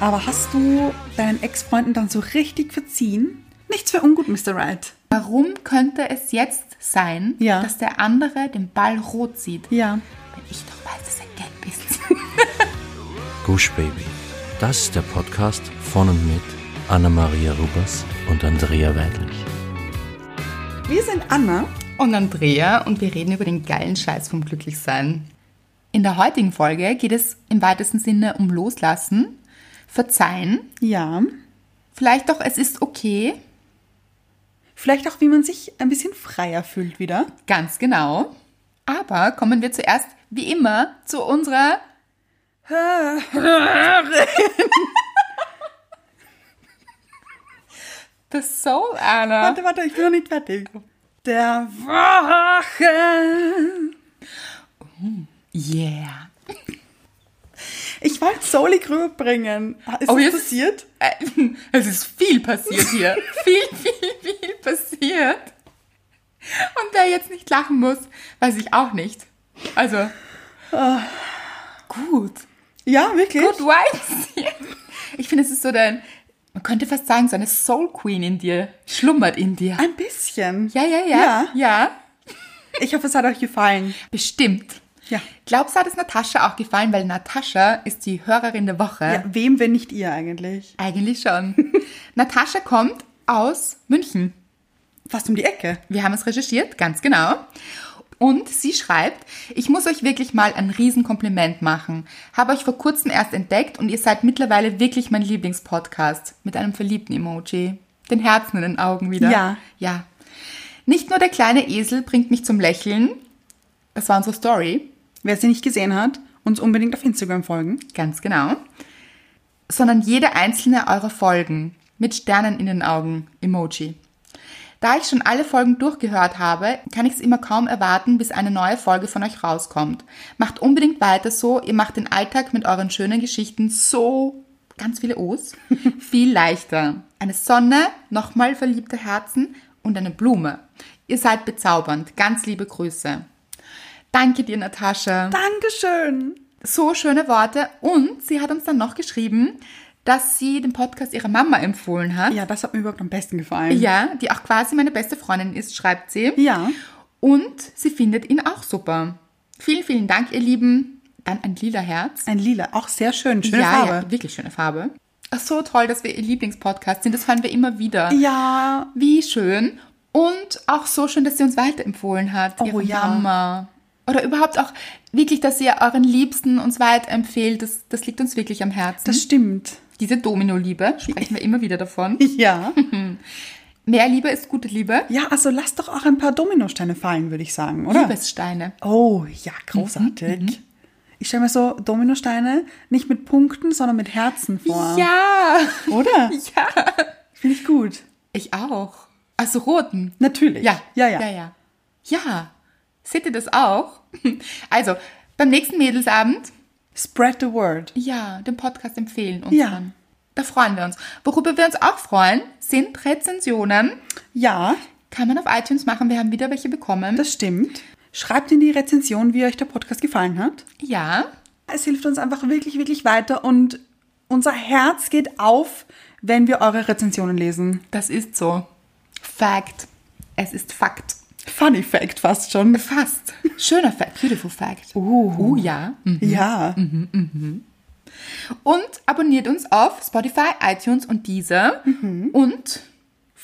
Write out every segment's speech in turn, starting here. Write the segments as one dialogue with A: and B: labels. A: Aber hast du deinen Ex-Freunden dann so richtig verziehen? Nichts für ungut, Mr. Wright.
B: Warum könnte es jetzt sein,
A: Ja.
B: dass der andere den Ball rot sieht?
A: Ja.
B: Wenn ich doch weiß, dass er gelb ist.
C: Gush Baby. Das ist der Podcast von und mit Anna-Maria Rubers und Andrea Weidlich.
A: Wir sind Anna.
B: Und Andrea und wir reden über den geilen Scheiß vom Glücklichsein. In der heutigen Folge geht es im weitesten Sinne um Loslassen, Verzeihen,
A: Ja.
B: vielleicht doch es ist okay,
A: Vielleicht auch, wie man sich ein bisschen freier fühlt wieder.
B: ganz genau. Aber kommen wir zuerst, wie immer, zu unserer The Soul Anna.
A: Warte, warte, ich bin noch nicht fertig. Der Woche.
B: Yeah.
A: Ich wollte Solik rüberbringen. Ist
B: Oh,
A: das
B: jetzt-
A: passiert?
B: Äh, Es ist viel passiert hier. viel, viel, viel passiert. Und wer jetzt nicht lachen muss, weiß ich auch nicht. Also. Gut.
A: Ja, wirklich?
B: Gut weiß. Ich finde, es ist so dein. Man könnte fast sagen, so eine Soul Queen in dir schlummert in dir.
A: Ein bisschen.
B: Ja, ja, ja.
A: Ja.
B: ja
A: Ich hoffe, es hat euch gefallen.
B: bestimmt.
A: Ja.
B: Glaubst du, hat es Natascha auch gefallen, weil Natascha ist die Hörerin der Woche.
A: ja. Wem, wenn nicht ihr eigentlich?
B: Eigentlich schon. Natascha kommt aus München.
A: Fast um die Ecke.
B: Wir haben es recherchiert, ganz genau. Und sie schreibt, ich muss euch wirklich mal ein Riesenkompliment machen. Habe euch vor kurzem erst entdeckt und ihr seid mittlerweile wirklich mein Lieblingspodcast. Mit einem verliebten Emoji. Den Herzen in den Augen wieder.
A: Ja.
B: Ja. Nicht nur der kleine Esel bringt mich zum Lächeln. Das war unsere Story.
A: Wer sie nicht gesehen hat, uns unbedingt auf Instagram folgen.
B: Ganz genau. Sondern jede einzelne eurer Folgen mit Sternen in den Augen, Emoji. Da ich schon alle Folgen durchgehört habe, kann ich es immer kaum erwarten, bis eine neue Folge von euch rauskommt. Macht unbedingt weiter so, ihr macht den Alltag mit euren schönen Geschichten so, ganz viele O's, viel leichter. Eine Sonne, nochmal verliebte Herzen und eine Blume. Ihr seid bezaubernd. Ganz liebe Grüße. Danke dir, Natascha
A: Dankeschön.
B: so schöne Worte. Und sie hat uns dann noch geschrieben, dass sie den Podcast ihrer Mama empfohlen hat.
A: Ja, das hat mir überhaupt am besten gefallen.
B: Ja, die auch quasi meine beste Freundin ist, schreibt sie.
A: Ja.
B: Und sie findet ihn auch super. Vielen, vielen Dank, ihr Lieben. Dann ein lila Herz.
A: Ein Lila, auch sehr schön. Schöne
B: ja,
A: Farbe.
B: ja, wirklich schöne Farbe. Ach, so toll, dass wir ihr Lieblingspodcast sind. Das hören wir immer wieder.
A: Ja.
B: Wie schön. Und auch so schön, dass sie uns weiterempfohlen hat.
A: Oh,
B: ihre
A: ja.
B: Mama. Oder überhaupt auch wirklich, dass ihr euren Liebsten uns weiterempfehlt. Das, das liegt uns wirklich am Herzen.
A: das stimmt.
B: Diese Domino-Liebe, sprechen wir immer wieder davon.
A: Ja.
B: Mehr Liebe ist gute Liebe.
A: Ja, also lasst doch auch ein paar Dominosteine fallen, würde ich sagen, oder?
B: Liebessteine.
A: Oh, ja, großartig.
B: Mhm,
A: Ich stelle mir so Dominosteine nicht mit Punkten, sondern mit Herzen vor.
B: Ja,
A: Oder?
B: ja.
A: Finde ich gut.
B: Ich auch. Also roten.
A: Natürlich.
B: Ja.
A: Ja, ja.
B: ja, ja. Ja. Seht ihr das auch? Also, beim nächsten Mädelsabend
A: Spread the word.
B: Ja, den Podcast empfehlen uns
A: Ja.
B: dann. Da freuen wir uns. Worüber wir uns auch freuen, sind Rezensionen.
A: Ja,
B: Kann man auf iTunes machen. Wir haben wieder welche bekommen.
A: das stimmt. Schreibt in die Rezension, wie euch der Podcast gefallen hat.
B: ja,
A: Es hilft uns einfach wirklich, wirklich weiter und unser Herz geht auf, wenn wir eure Rezensionen lesen.
B: das ist so. Fact. Es ist Fakt.
A: Funny Fact fast schon.
B: Fast. Schöner Fact. Beautiful Fact. Uh. Uh, ja. Mhm.
A: Ja.
B: Und abonniert uns auf Spotify, iTunes und Deezer.
A: Mhm.
B: Und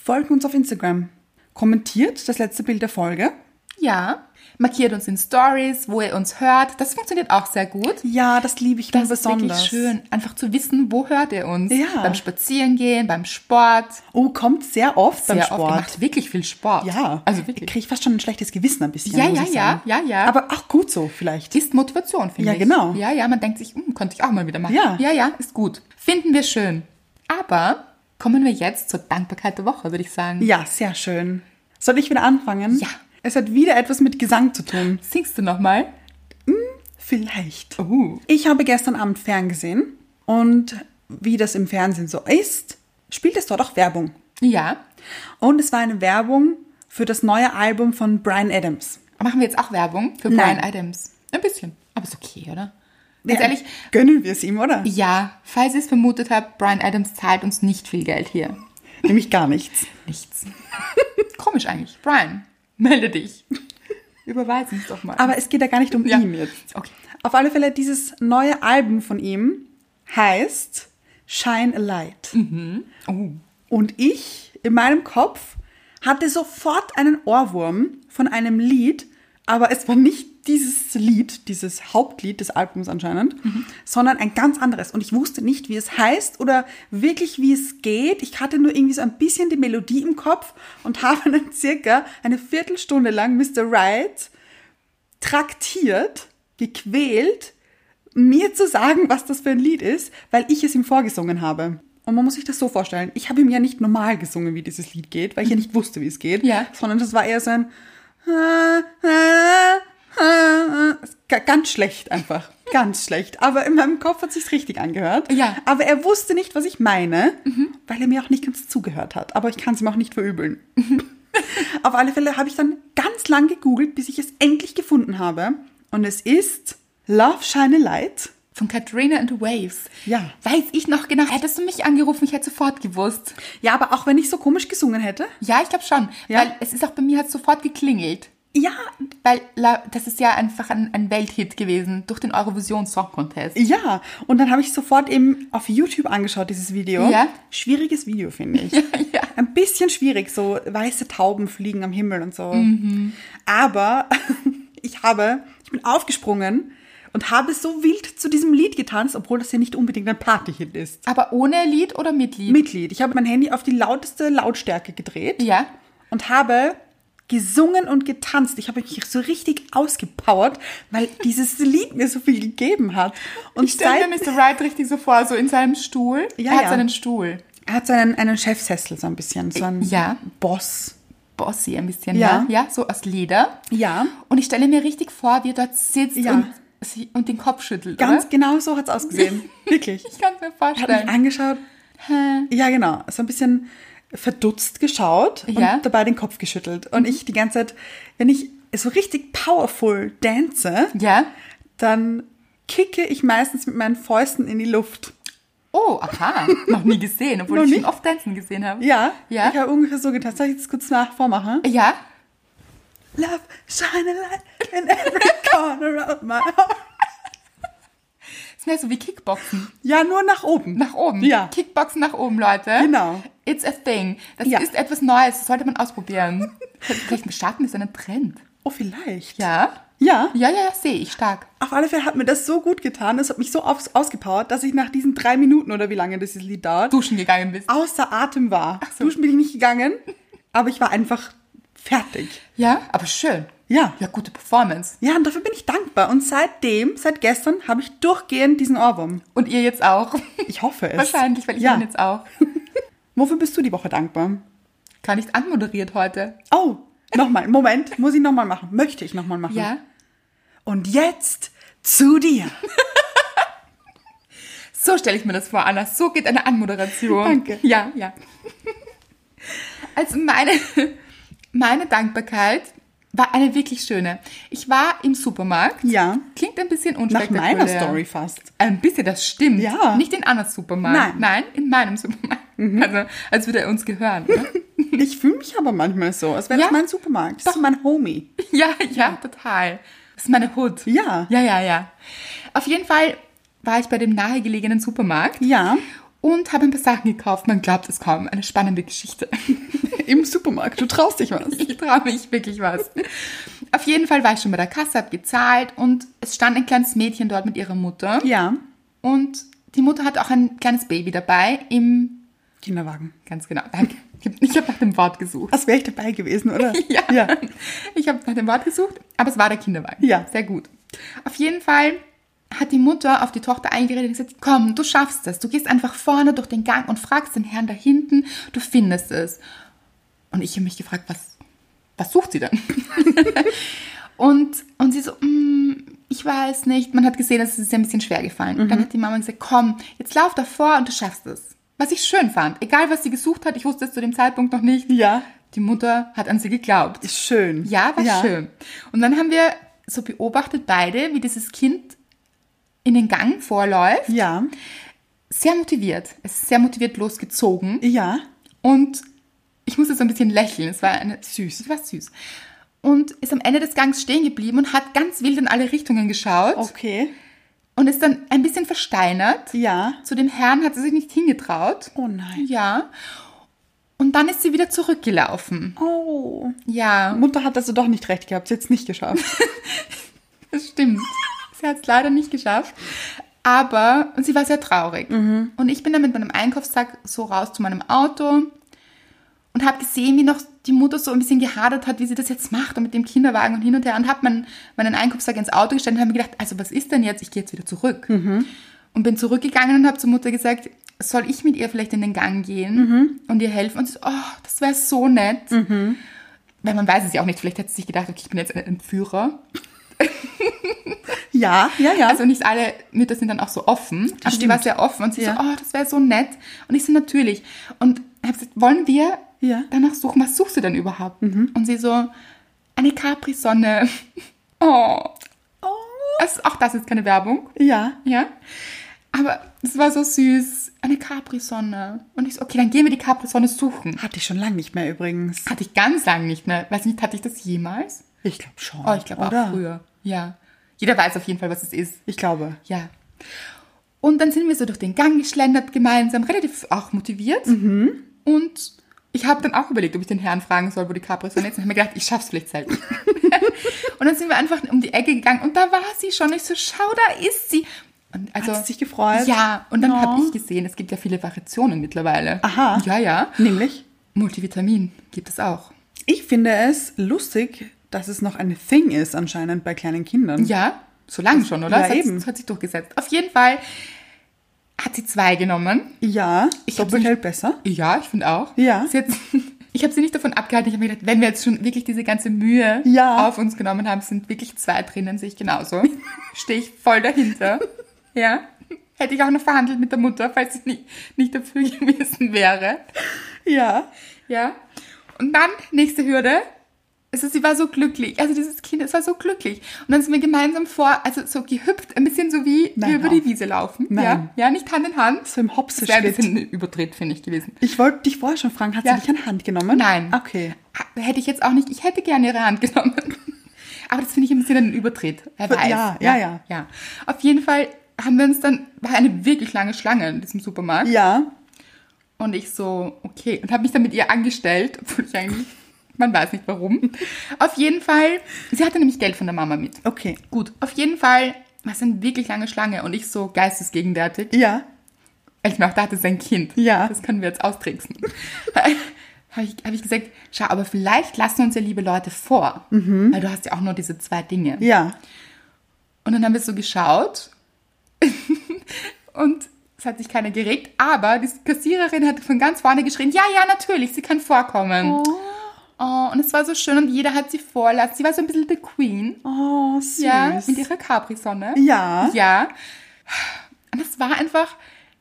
A: Folgt uns auf Instagram. Kommentiert das letzte Bild der Folge.
B: ja, markiert uns in Stories, wo ihr uns hört. Das funktioniert auch sehr gut.
A: Ja, das liebe ich
B: Das
A: nur
B: ist wirklich
A: besonders.
B: schön, einfach zu wissen, wo hört ihr uns?
A: Ja.
B: Beim Spazierengehen, beim Sport.
A: Oh, kommt sehr oft beim
B: Sehr
A: Sport.
B: Oft. Ihr macht wirklich viel Sport.
A: Ja,
B: Also wirklich.
A: Kriege ich fast schon ein schlechtes Gewissen ein bisschen.
B: Ja,
A: muss
B: ja,
A: ich
B: ja,
A: sagen.
B: ja, ja.
A: Aber auch gut so vielleicht.
B: ist Motivation, finde
A: Ja,
B: ich.
A: genau.
B: Ja, ja, man denkt sich, hm, konnte ich auch mal wieder machen.
A: Ja.
B: Ja, ja, ist gut. Finden wir schön. Aber kommen wir jetzt zur Dankbarkeit der Woche, würde ich sagen.
A: Ja, sehr schön. Soll ich wieder anfangen?
B: Ja.
A: Es hat wieder etwas mit Gesang zu tun. Oh.
B: Singst du nochmal?
A: Vielleicht.
B: Uh.
A: Ich habe gestern Abend ferngesehen und wie das im Fernsehen so ist, spielt es dort auch Werbung.
B: Ja.
A: Und es war eine Werbung für das neue Album von Brian Adams.
B: Machen wir jetzt auch Werbung für
A: Nein.
B: Brian Adams. Ein bisschen. Aber ist okay, oder? Ganz ehrlich,
A: Gönnen wir es ihm, oder?
B: ja, falls ihr es vermutet habt, Brian Adams zahlt uns nicht viel Geld hier.
A: Nämlich gar nichts.
B: Nichts. Komisch eigentlich. Brian, melde dich. Überweisen uns doch mal.
A: Aber es geht ja gar nicht um
B: Ja.
A: ihn jetzt.
B: Okay.
A: Auf alle Fälle, dieses neue Album von ihm heißt Shine a Light.
B: Oh.
A: Und ich, in meinem Kopf, hatte sofort einen Ohrwurm von einem Lied, aber es war nicht dieses Lied, dieses Hauptlied des Albums anscheinend, sondern ein ganz anderes. Und ich wusste nicht, wie es heißt oder wirklich, wie es geht. Ich hatte nur irgendwie so ein bisschen die Melodie im Kopf und habe dann circa eine Viertelstunde lang Mr. Right traktiert, gequält, mir zu sagen, was das für ein Lied ist, weil ich es ihm vorgesungen habe. Und man muss sich das so vorstellen, ich habe ihm ja nicht normal gesungen, wie dieses Lied geht, weil ich ja nicht wusste, wie es geht,
B: Ja.
A: sondern das war eher so ein "Ah, Ga- ganz schlecht einfach, ganz schlecht. Aber in meinem Kopf hat sich's richtig angehört.
B: Ja.
A: Aber er wusste nicht, was ich meine, weil er mir auch nicht ganz zugehört hat. Aber ich kann es ihm auch nicht verübeln. Auf alle Fälle habe ich dann ganz lang gegoogelt, bis ich es endlich gefunden habe. Und es ist Love Shine a Light.
B: Von Katrina and the Waves.
A: Ja.
B: Weiß ich noch genau. Hättest du mich angerufen, ich hätte sofort gewusst.
A: Ja, aber auch wenn ich so komisch gesungen hätte.
B: Ja, ich glaube schon.
A: Ja.
B: Weil es ist auch bei mir hat sofort geklingelt.
A: Ja,
B: Weil La- das ist ja einfach ein, ein Welthit gewesen durch den Eurovision Song Contest.
A: ja. Und dann habe ich sofort eben auf YouTube angeschaut, dieses Video.
B: Ja.
A: Schwieriges Video, finde ich.
B: ja.
A: Ein bisschen schwierig, so weiße Tauben fliegen am Himmel und so.
B: Mhm.
A: Aber ich habe, ich bin aufgesprungen und habe so wild zu diesem Lied getanzt, obwohl das ja nicht unbedingt ein Partyhit ist.
B: Aber ohne Lied oder mit Lied?
A: Mitglied. Ich habe mein Handy auf die lauteste Lautstärke gedreht
B: Ja.
A: und habe gesungen und getanzt. Ich habe mich so richtig ausgepowert, weil dieses Lied mir so viel gegeben hat. Und
B: Ich stelle mir
A: seit-
B: Mr. Wright richtig so vor, so in seinem Stuhl.
A: Ja,
B: er hat
A: ja.
B: seinen Stuhl.
A: er hat so einen, einen Chefsessel so ein bisschen, so einen
B: Ja.
A: Boss.
B: Bossy ein bisschen,
A: Ja.
B: ja. Ja, so aus Leder.
A: Ja.
B: Und ich stelle mir richtig vor, wie er dort sitzt
A: Ja.
B: und, sie- und den Kopf schüttelt.
A: Ganz
B: oder?
A: genau so hat es ausgesehen. Wirklich.
B: Ich kann es mir
A: Er hat mich
B: vorstellen.
A: angeschaut.
B: Hä?
A: Ja, genau. So ein bisschen verdutzt geschaut und
B: Ja. Mhm.
A: dabei den Kopf geschüttelt. Und ich die ganze Zeit, wenn ich so richtig powerful dance,
B: Ja.
A: dann kicke ich meistens mit meinen Fäusten in die Luft.
B: Oh, aha. Noch nie gesehen, obwohl
A: Noch
B: ich
A: nie?
B: schon oft tanzen gesehen habe.
A: Ja,
B: Ja.
A: ich habe ungefähr so getan. Soll ich jetzt kurz nach vormachen?
B: Ja.
A: Love, shine a light in every corner of my heart.
B: Ist mehr so wie Kickboxen.
A: Ja, nur nach oben.
B: Nach oben.
A: Ja.
B: Kickboxen nach oben, Leute.
A: Genau.
B: It's a thing. Das
A: Ja.
B: ist etwas Neues. Das sollte man ausprobieren. Vielleicht starten wir so einen Trend.
A: Oh, vielleicht.
B: Ja.
A: Ja.
B: Ja, ja, ja, sehe ich stark.
A: Auf alle Fälle hat mir das so gut getan. Es hat mich so aufs, ausgepowert, dass ich nach diesen drei Minuten oder wie lange das Lied dauert,
B: Duschen gegangen bist.
A: außer Atem war. Duschen bin ich nicht gegangen, aber ich war einfach fertig.
B: Ja, aber schön.
A: Ja.
B: Ja, gute Performance.
A: Ja, und dafür bin ich dankbar. Und seitdem, seit gestern, habe ich durchgehend diesen Ohrwurm.
B: Und ihr jetzt auch.
A: Ich hoffe es.
B: Wahrscheinlich, weil ich
A: Ja.
B: bin jetzt auch.
A: Wofür bist du die Woche dankbar?
B: Gar nicht anmoderiert heute.
A: Oh, nochmal. Moment, muss ich nochmal machen. Möchte ich nochmal machen.
B: Ja.
A: Und jetzt zu dir.
B: So stelle ich mir das vor, Anna. So geht eine Anmoderation.
A: Danke.
B: Ja, ja. Also meine, meine Dankbarkeit war eine wirklich schöne. Ich war im Supermarkt.
A: Ja.
B: Klingt ein bisschen
A: Nach
B: unspektakulär.
A: meiner Story fast.
B: Ein bisschen, das stimmt.
A: Ja.
B: Nicht in Annas Supermarkt.
A: Nein. Mhm.
B: in meinem Supermarkt. Also, als würde er uns gehören. ne?
A: Ich fühle mich aber manchmal so, als wäre
B: Ja.
A: das mein Supermarkt. Das ist mein Homie.
B: Ja, ja, total. Das ist meine Hood.
A: Ja.
B: Ja, ja, ja. Auf jeden Fall war ich bei dem nahegelegenen Supermarkt
A: Ja,
B: und habe ein paar Sachen gekauft. Man glaubt es kaum. Eine spannende Geschichte.
A: im Supermarkt. Du traust dich was.
B: Ich traue mich wirklich was. Auf jeden Fall war ich schon bei der Kasse, habe gezahlt und es stand ein kleines Mädchen dort mit ihrer Mutter.
A: Ja.
B: Und die Mutter hat auch ein kleines Baby dabei im...
A: Kinderwagen.
B: Ganz genau, danke. Ich hab- Ich habe nach dem Wort gesucht.
A: Das wäre ich dabei gewesen, oder?
B: Ja.
A: ja.
B: Ich habe nach dem Wort gesucht, aber es war der Kinderwagen.
A: Ja.
B: Sehr gut. Auf jeden Fall hat die Mutter auf die Tochter eingeredet und gesagt, komm, du schaffst das. Du gehst einfach vorne durch den Gang und fragst den Herrn da hinten, du findest es. Und ich habe mich gefragt, was, was sucht sie denn? und, und sie so, "Mm, ich weiß nicht. Man hat gesehen, dass es ihr ein bisschen schwer gefallen.
A: Mhm.
B: Und dann hat die Mama gesagt, komm, jetzt lauf davor und du schaffst es. Was ich schön fand. Egal, was sie gesucht hat, ich wusste es zu dem Zeitpunkt noch nicht.
A: Ja.
B: Die Mutter hat an sie geglaubt.
A: Ist schön.
B: Ja, war schön. Und dann haben wir so beobachtet beide, wie dieses Kind in den Gang vorläuft.
A: Ja.
B: Sehr motiviert. Es ist sehr motiviert losgezogen.
A: Ja.
B: Und ich muss jetzt ein bisschen lächeln. Es war eine, süß. Es war süß. Und ist am Ende des Gangs stehen geblieben und hat ganz wild in alle Richtungen geschaut
A: Okay.
B: und ist dann ein bisschen versteinert.
A: Ja.
B: Zu dem Herrn hat sie sich nicht hingetraut.
A: Oh nein.
B: Ja. Und dann ist sie wieder zurückgelaufen.
A: Oh.
B: Ja.
A: Mutter hat also doch nicht recht gehabt. Sie hat es nicht geschafft.
B: Das stimmt. Sie hat es leider nicht geschafft. Aber und sie war sehr traurig. Und ich bin dann mit meinem Einkaufssack so raus zu meinem Auto und habe gesehen, wie noch die Mutter so ein bisschen gehadert hat, wie sie das jetzt macht und mit dem Kinderwagen und hin und her. Und habe meinen, meinen Einkaufssack ins Auto gestellt und habe mir gedacht, also was ist denn jetzt? Ich gehe jetzt wieder zurück. Und bin zurückgegangen und habe zur Mutter gesagt, soll ich mit ihr vielleicht in den Gang gehen und ihr helfen? Und sie so, oh, das wäre so nett. Weil man weiß es ja auch nicht. Vielleicht hat sie sich gedacht, okay, ich bin jetzt ein Entführer.
A: ja, ja, ja.
B: Also nicht alle Mütter sind dann auch so offen. Aber sie
A: stimmt.
B: war sehr offen und sie
A: Ja.
B: so, oh, das wäre so nett. Und ich so, natürlich. Und hab gesagt, wollen wir
A: Ja. Mhm.
B: danach suchen? Was suchst du denn überhaupt? Und sie so, eine Capri-Sonne. Oh. Also auch das ist keine Werbung.
A: ja.
B: Ja. Aber es war so süß. Eine Capri-Sonne. Und ich so, okay, dann gehen wir die Capri-Sonne suchen.
A: Hatte ich schon lange nicht mehr übrigens.
B: Hatte ich ganz lange nicht mehr. Weiß nicht, hatte ich das jemals?
A: Ich glaube schon.
B: Oh, ich glaube
A: oder?
B: auch früher. Ja. Jeder weiß auf jeden Fall, was es ist.
A: Ich glaube.
B: Ja. Und dann sind wir so durch den Gang geschlendert gemeinsam, relativ auch motiviert.
A: Mhm.
B: Und ich habe dann auch überlegt, ob ich den Herrn fragen soll, wo die Capri-Sonne ist. Und habe mir gedacht, ich schaff's vielleicht selbst. und dann sind wir einfach um die Ecke gegangen und da war sie schon. Ich so, schau, da ist sie. Und also,
A: Hat sie sich gefreut?
B: Ja, und dann
A: Oh.
B: habe ich gesehen, es gibt ja viele Variationen mittlerweile.
A: Aha.
B: Ja, ja.
A: Nämlich,
B: Multivitamin gibt es auch.
A: ich finde es lustig, dass es noch ein Thing ist anscheinend bei kleinen Kindern.
B: Ja, so lange schon, oder?
A: Ja,
B: Das hat,
A: eben.
B: Das hat sich durchgesetzt. Auf jeden Fall hat sie zwei genommen.
A: Ja,
B: Ich hab's
A: doppelt
B: nicht-
A: hält besser.
B: Ja, ich finde auch.
A: Ja.
B: Sie hat, ich habe sie nicht davon abgehalten. Ich habe mir gedacht, wenn wir jetzt schon wirklich diese ganze Mühe
A: Ja.
B: auf uns genommen haben, sind wirklich zwei drinnen, sehe ich genauso. Stehe ich voll dahinter. ja. Hätte ich auch noch verhandelt mit der Mutter, falls ich nicht, nicht dafür gewesen wäre.
A: Ja.
B: Ja. Und dann, nächste Hürde. Also sie war so glücklich. Also dieses Kind, es war so glücklich. Und dann sind wir gemeinsam vor, also so gehüpft, ein bisschen so wie
A: Nein,
B: wir über
A: auf.
B: die Wiese laufen.
A: Nein.
B: Ja, ja nicht Hand in Hand.
A: So im
B: Das wäre ein
A: Hopseschritt.
B: bisschen ein Übertritt, finde ich, gewesen.
A: Ich wollte dich vorher schon fragen, hat
B: Ja.
A: sie dich an Hand genommen?
B: Nein.
A: Okay.
B: Hätte ich jetzt auch nicht, ich hätte gerne ihre Hand genommen. Aber das finde ich ein bisschen ein Übertritt. Wer
A: Ja,
B: weiß.
A: ja, ja.
B: ja. Auf jeden Fall haben wir uns dann, war eine wirklich lange Schlange in diesem Supermarkt.
A: Ja.
B: Und ich so, okay. Und habe mich dann mit ihr angestellt, obwohl ich eigentlich, man weiß nicht warum. Auf jeden Fall, sie hatte nämlich Geld von der Mama mit.
A: Okay.
B: Gut, auf jeden Fall war es eine wirklich lange Schlange und ich so geistesgegenwärtig.
A: Ja.
B: Weil ich mir auch dachte, sein Kind.
A: Ja.
B: Das können wir jetzt austricksen. Habe ich, hab ich gesagt, schau, aber vielleicht lassen uns ja liebe Leute vor. Weil du hast ja auch nur diese zwei Dinge.
A: Mhm. Ja.
B: Und dann haben wir so geschaut und es hat sich keiner geregt, aber die Kassiererin hat von ganz vorne geschrien, ja, ja, natürlich, sie kann vorkommen. Oh. und es war so schön und jeder hat sie vorlassen. Sie war so ein bisschen the Queen.
A: Oh, süß.
B: Ja, mit ihrer Capri-Sonne.
A: Ja.
B: Ja. Und es war einfach,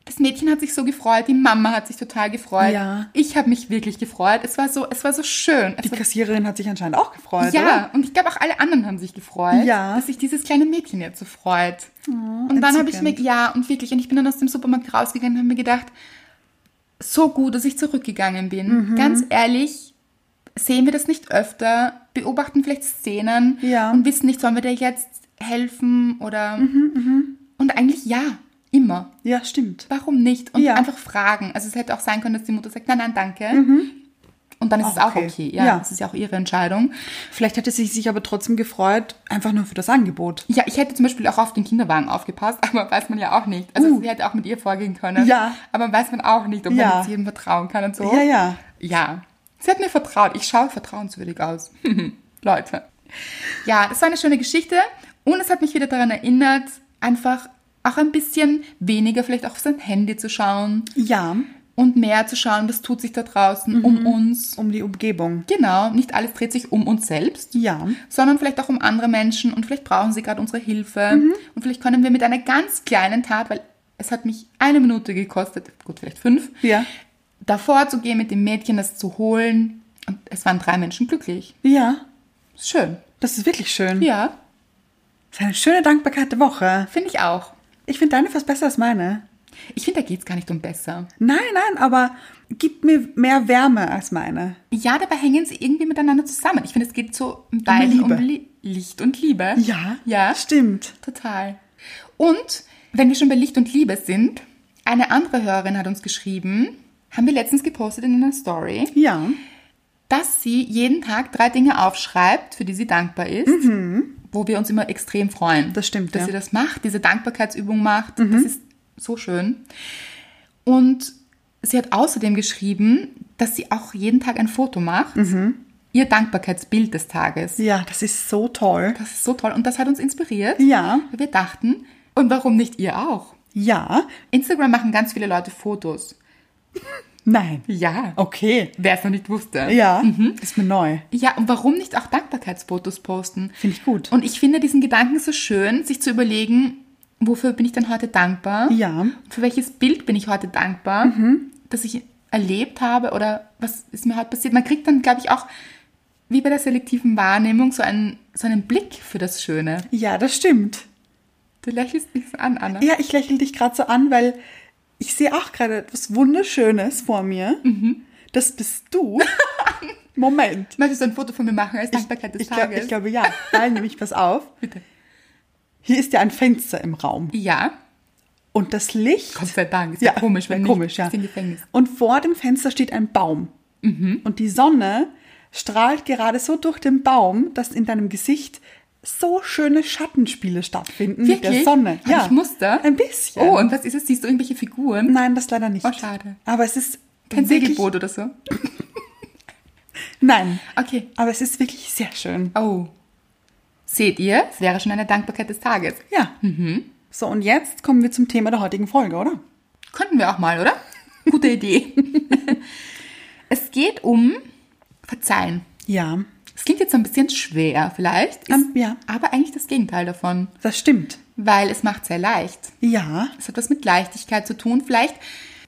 B: das Mädchen hat sich so gefreut, die Mama hat sich total gefreut.
A: Ja.
B: Ich habe mich wirklich gefreut. Es war so, es war so schön. Es
A: Die
B: war,
A: Kassiererin hat sich anscheinend auch gefreut,
B: ja,
A: oder?
B: und ich glaube auch alle anderen haben sich gefreut,
A: Ja. Oh,
B: dass sich dieses kleine Mädchen jetzt so freut. und dann habe ich mir,
A: entzückend.
B: ja, und wirklich, und ich bin dann aus dem Supermarkt rausgegangen und habe mir gedacht, so gut, dass ich zurückgegangen
A: Mhm.
B: bin. Ganz ehrlich, sehen wir das nicht öfter, beobachten vielleicht Szenen
A: Ja. Mhm,
B: und wissen nicht, sollen wir dir jetzt helfen oder. Und eigentlich ja, immer.
A: Ja, stimmt.
B: Warum nicht? Und
A: Ja.
B: einfach fragen. Also es hätte auch sein können, dass die Mutter sagt, nein, nein, danke. Und dann ist
A: Auch
B: es auch okay.
A: Mhm. okay.
B: Ja,
A: Ja.
B: das ist ja auch ihre Entscheidung.
A: Vielleicht hätte sie sich aber trotzdem gefreut, einfach nur für das Angebot.
B: Ja, ich hätte zum Beispiel auch auf den Kinderwagen aufgepasst, aber weiß man ja auch nicht. Also
A: Uh.
B: sie hätte auch mit ihr vorgehen können.
A: Ja.
B: Aber weiß man auch nicht, ob man
A: Ja.
B: jetzt jedem vertrauen kann und so.
A: Ja, ja.
B: Ja. Sie hat mir vertraut. Ich schaue vertrauenswürdig aus. Leute. Ja, das war eine schöne Geschichte und es hat mich wieder daran erinnert, einfach auch ein bisschen weniger vielleicht auch auf sein Handy zu schauen
A: Ja,
B: und mehr zu schauen, was tut sich da draußen um uns.
A: um die Umgebung.
B: Genau, nicht alles dreht sich um uns selbst,
A: Ja.
B: sondern vielleicht auch um andere Menschen und vielleicht brauchen sie gerade unsere Hilfe
A: Mhm.
B: und vielleicht können wir mit einer ganz kleinen Tat, weil es hat mich eine Minute gekostet, gut, vielleicht fünf,
A: Ja.
B: davor zu gehen, mit dem Mädchen das zu holen und es waren drei Menschen glücklich.
A: Ja,
B: Schön.
A: das ist wirklich schön.
B: Ja,
A: Das ist eine schöne Dankbarkeit der Woche.
B: finde ich auch.
A: Ich finde deine fast besser als meine.
B: Ich finde, da geht's gar nicht um besser.
A: Nein, nein, aber gibt mir mehr Wärme als meine.
B: Ja, dabei hängen sie irgendwie miteinander zusammen. Ich finde, es geht so beiden um
A: Liebe.
B: Li Licht und Liebe.
A: ja.
B: Ja,
A: Stimmt.
B: total. Und wenn wir schon bei Licht und Liebe sind, eine andere Hörerin hat uns geschrieben, haben wir letztens gepostet in einer Story,
A: Ja.
B: dass sie jeden Tag drei Dinge aufschreibt, für die sie dankbar ist, wo wir uns immer extrem freuen.
A: Mhm. Das stimmt,
B: Dass
A: ja. Mhm.
B: sie das macht, diese Dankbarkeitsübung macht. Das ist so schön. Und sie hat außerdem geschrieben, dass sie auch jeden Tag ein Foto macht.
A: Mhm.
B: Ihr Dankbarkeitsbild des Tages.
A: Ja, das ist so toll.
B: Das ist so toll und das hat uns inspiriert.
A: Ja.
B: Weil wir dachten, und warum nicht ihr auch?
A: Ja.
B: Instagram machen ganz viele Leute Fotos.
A: Nein.
B: Ja.
A: Okay.
B: Wer es noch nicht wusste.
A: Ja.
B: Mhm.
A: Ist mir neu.
B: Ja, und warum nicht auch Dankbarkeitsfotos posten?
A: Finde ich gut.
B: Und ich finde diesen Gedanken so schön, sich zu überlegen, wofür bin ich denn heute dankbar?
A: Ja. Mhm.
B: Für welches Bild bin ich heute dankbar, das ich erlebt habe oder was ist mir heute passiert? Man kriegt dann, glaube ich, auch wie bei der selektiven Wahrnehmung so einen, so einen Blick für das Schöne.
A: Ja, das stimmt.
B: Du lächelst mich so an, Anna.
A: Ja, ich lächle dich gerade so an, weil ich sehe auch gerade etwas Wunderschönes vor mir.
B: Mhm.
A: Das bist du. Moment.
B: Möchtest du ein Foto von mir machen als Dankbarkeit des
A: Ich, glaub,
B: Tages?
A: ich glaube, ja. Weil nämlich, pass auf.
B: Bitte.
A: Hier ist ja ein Fenster im Raum.
B: Ja,
A: Und das Licht.
B: Gott sei Dank. Ist ja, komisch, wenn
A: wär
B: nicht.
A: komisch, ja.
B: Ist im Gefängnis.
A: Und vor dem Fenster steht ein Baum.
B: Mhm.
A: Und die Sonne strahlt gerade so durch den Baum, dass in deinem Gesicht so schöne Schattenspiele stattfinden mit der
B: Wirklich?
A: Sonne.
B: Hab ich Muster?
A: Ein bisschen.
B: Oh, und was ist es? Siehst du irgendwelche Figuren?
A: Nein, das leider nicht.
B: Oh, schade.
A: Aber es ist
B: Kein
A: wirklich-
B: Segelboot oder so?
A: Nein.
B: Okay.
A: Aber es ist wirklich sehr schön.
B: Oh. Seht ihr? Es wäre schon eine Dankbarkeit des Tages.
A: Ja.
B: Mhm.
A: So, und jetzt kommen wir zum Thema der heutigen Folge, oder?
B: Könnten wir auch mal, oder? Gute Idee. es geht um Verzeihen.
A: Ja,
B: Es klingt jetzt ein bisschen schwer vielleicht, ist
A: Ähm, ja.
B: aber eigentlich das Gegenteil davon,
A: das stimmt.
B: weil es macht sehr leicht.
A: Ja.
B: Es hat was mit Leichtigkeit zu tun. Vielleicht,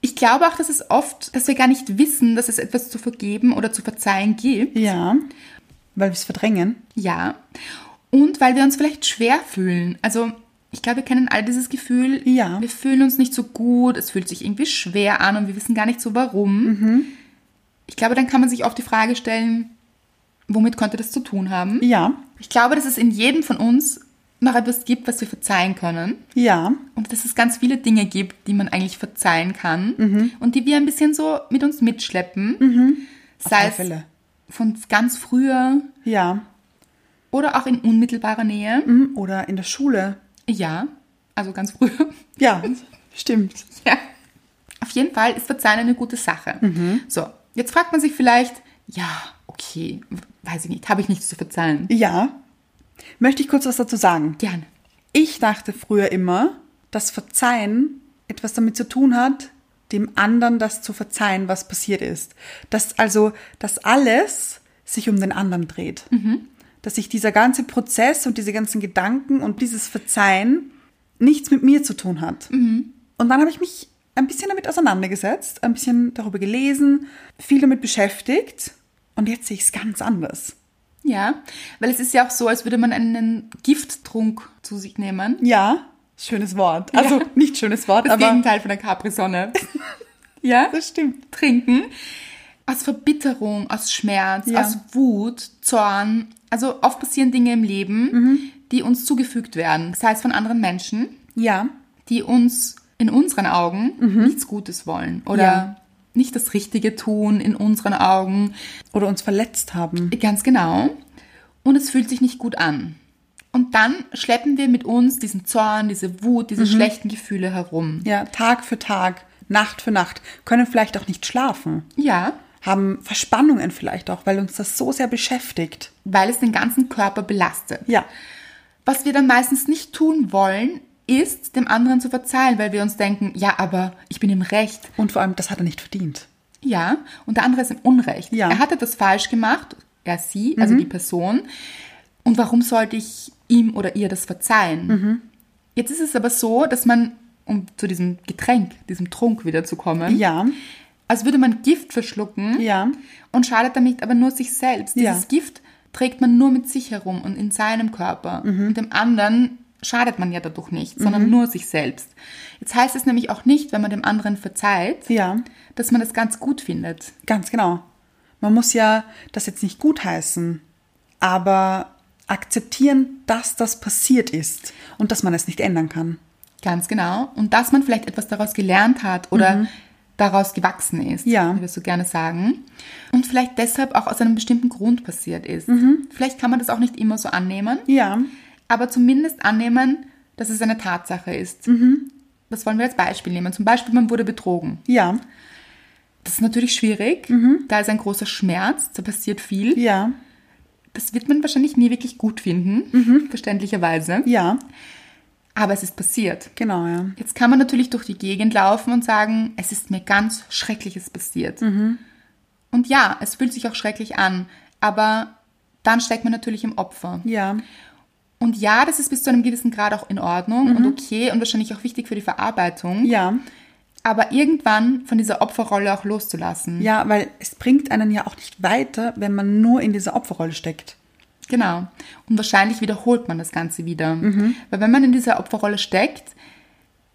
B: ich glaube auch, dass es oft, dass wir gar nicht wissen, dass es etwas zu vergeben oder zu verzeihen gibt.
A: Ja. Weil wir es verdrängen.
B: Ja. Und weil wir uns vielleicht schwer fühlen. Also, ich glaube, wir kennen all dieses Gefühl.
A: Ja.
B: Wir fühlen uns nicht so gut, es fühlt sich irgendwie schwer an und wir wissen gar nicht so warum.
A: Mhm.
B: Ich glaube, dann kann man sich oft die Frage stellen, womit konnte das zu tun haben?
A: Ja.
B: Ich glaube, dass es in jedem von uns noch etwas gibt, was wir verzeihen können.
A: Ja.
B: Und dass es ganz viele Dinge gibt, die man eigentlich verzeihen kann
A: Mhm.
B: und die wir ein bisschen so mit uns mitschleppen. Sei
A: alle
B: es
A: Fälle.
B: von ganz früher
A: Ja.
B: oder auch in unmittelbarer Nähe.
A: Mhm, Oder in der Schule.
B: Ja, also ganz früh.
A: Ja, stimmt.
B: ja. Auf jeden Fall ist Verzeihen eine gute Sache.
A: Mhm.
B: So, jetzt fragt man sich vielleicht, ja, okay, weiß ich nicht, habe ich nichts zu verzeihen.
A: Ja. Möchte ich kurz was dazu sagen?
B: Gerne.
A: Ich dachte früher immer, dass Verzeihen etwas damit zu tun hat, dem anderen das zu verzeihen, was passiert ist. Dass also, dass alles sich um den anderen dreht.
B: Mhm.
A: Dass sich dieser ganze Prozess und diese ganzen Gedanken und dieses Verzeihen nichts mit mir zu tun hat.
B: Mhm.
A: Und dann habe ich mich ein bisschen damit auseinandergesetzt, ein bisschen darüber gelesen, viel damit beschäftigt und jetzt sehe ich es ganz anders.
B: Ja, weil es ist ja auch so, als würde man einen Gifttrunk zu sich nehmen.
A: Ja, schönes Wort. Also
B: Ja.
A: nicht schönes Wort,
B: Das
A: aber
B: Gegenteil von der Capri-Sonne. ja?
A: das stimmt.
B: trinken. Aus Verbitterung, aus Schmerz,
A: Ja.
B: aus Wut, Zorn. Also oft passieren Dinge im Leben,
A: Mhm.
B: die uns zugefügt werden. Sei es von anderen Menschen,
A: Ja,
B: die uns in unseren Augen nichts Gutes wollen oder
A: Mhm. Ja.
B: nicht das Richtige tun in unseren Augen.
A: oder uns verletzt haben.
B: Ganz genau. Und es fühlt sich nicht gut an. Und dann schleppen wir mit uns diesen Zorn, diese Wut,
A: Mhm.
B: diese schlechten Gefühle herum.
A: Ja, Tag für Tag, Nacht für Nacht, können vielleicht auch nicht schlafen,
B: Ja,
A: haben Verspannungen vielleicht auch, weil uns das so sehr beschäftigt.
B: weil es den ganzen Körper belastet.
A: Ja,
B: Was wir dann meistens nicht tun wollen, ist, dem anderen zu verzeihen, weil wir uns denken, ja, aber ich bin im Recht.
A: und vor allem, das hat er nicht verdient.
B: Ja, und der andere ist im Unrecht.
A: Ja. Mhm.
B: Er hat etwas falsch gemacht, er, sie, also die Person. Und warum sollte ich ihm oder ihr das verzeihen?
A: Mhm.
B: Jetzt ist es aber so, dass man, um zu diesem Getränk, diesem Trunk wiederzukommen,
A: Ja,
B: als würde man Gift verschlucken
A: Ja.
B: und schadet damit aber nur sich selbst.
A: Ja. Mhm.
B: Dieses Gift trägt man nur mit sich herum und in seinem Körper. Und dem anderen schadet man ja dadurch nicht, sondern nur sich selbst. Jetzt heißt es nämlich auch nicht, wenn man dem anderen verzeiht,
A: Ja.
B: dass man das ganz gut findet.
A: Ganz genau. Man muss ja das jetzt nicht gutheißen, aber akzeptieren, dass das passiert ist und dass man es nicht ändern kann.
B: Ganz genau. Und dass man vielleicht etwas daraus gelernt hat oder daraus gewachsen ist,
A: Mhm. Ja.
B: wie wir so gerne sagen. Und vielleicht deshalb auch aus einem bestimmten Grund passiert ist.
A: Mhm.
B: Vielleicht kann man das auch nicht immer so annehmen,
A: Ja,
B: aber zumindest annehmen, dass es eine Tatsache ist. Das wollen wir als Beispiel nehmen. Zum Beispiel, man wurde betrogen.
A: ja,
B: Das ist natürlich schwierig. Da ist ein großer Schmerz, da passiert viel.
A: ja,
B: Das wird man wahrscheinlich nie wirklich gut finden, verständlicherweise.
A: ja,
B: Aber es ist passiert.
A: genau, ja.
B: Jetzt kann man natürlich durch die Gegend laufen und sagen, es ist mir ganz Schreckliches passiert. Und ja, es fühlt sich auch schrecklich an, aber dann steckt man natürlich im Opfer.
A: Ja,
B: Und ja, das ist bis zu einem gewissen Grad auch in Ordnung und okay und wahrscheinlich auch wichtig für die Verarbeitung.
A: ja,
B: Aber irgendwann von dieser Opferrolle auch loszulassen.
A: ja, weil es bringt einen ja auch nicht weiter, wenn man nur in dieser Opferrolle steckt.
B: Genau. Und wahrscheinlich wiederholt man das Ganze wieder.
A: Mhm.
B: Weil wenn man in dieser Opferrolle steckt,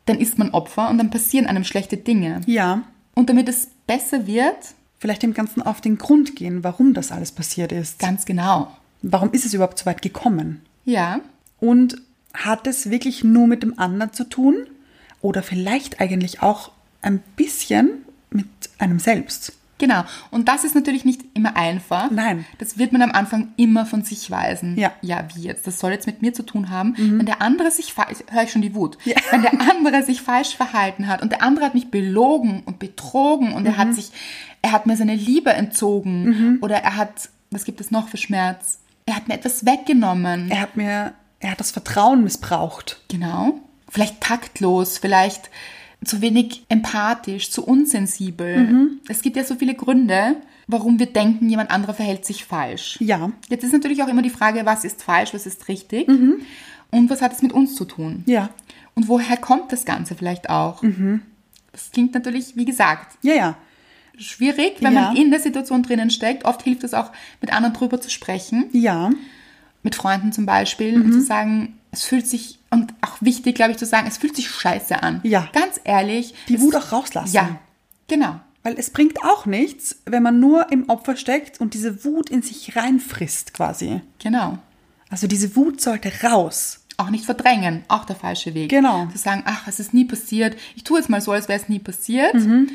B: dann ist man Opfer und dann passieren einem schlechte Dinge.
A: Ja,
B: Und damit es besser wird,
A: vielleicht dem Ganzen auf den Grund gehen, warum das alles passiert ist.
B: ganz genau.
A: Warum ist es überhaupt so weit gekommen?
B: Ja,
A: Und hat es wirklich nur mit dem anderen zu tun? Oder vielleicht eigentlich auch ein bisschen mit einem selbst?
B: genau. Und das ist natürlich nicht immer einfach.
A: Nein.
B: Das wird man am Anfang immer von sich weisen.
A: Ja. Mhm.
B: Ja, wie jetzt? Das soll jetzt mit mir zu tun haben. Wenn der andere sich falsch, höre ich schon die Wut. Wenn der andere sich falsch verhalten hat und der andere hat mich belogen und betrogen und
A: Mhm.
B: er hat sich, er hat mir seine Liebe entzogen oder er hat, was gibt es noch für Schmerz? Er hat mir etwas weggenommen.
A: Er hat mir, er hat das Vertrauen missbraucht.
B: Genau. Vielleicht taktlos, vielleicht zu wenig empathisch, zu unsensibel.
A: Mhm.
B: Es gibt ja so viele Gründe, warum wir denken, jemand anderer verhält sich falsch.
A: Ja.
B: Jetzt ist natürlich auch immer die Frage, was ist falsch, was ist richtig und was hat es mit uns zu tun?
A: Mhm. Ja. Mhm.
B: Und woher kommt das Ganze vielleicht auch? Das klingt natürlich, wie gesagt,
A: Ja, ja.
B: schwierig, wenn
A: Ja.
B: man in der Situation drinnen steckt. Oft hilft es auch, mit anderen drüber zu sprechen
A: Ja.
B: mit Freunden zum Beispiel
A: Mhm.
B: und zu sagen, es fühlt sich, und auch wichtig, glaube ich, zu sagen, es fühlt sich scheiße an.
A: Ja.
B: Ganz ehrlich.
A: Die
B: es,
A: Wut auch rauslassen.
B: Ja, genau.
A: Weil es bringt auch nichts, wenn man nur im Opfer steckt und diese Wut in sich reinfrisst quasi.
B: Genau.
A: Also diese Wut sollte raus.
B: Auch nicht verdrängen, auch der falsche Weg.
A: Genau.
B: Zu sagen, ach, es ist nie passiert. Ich tue jetzt mal so, als wäre es nie passiert.
A: Mhm.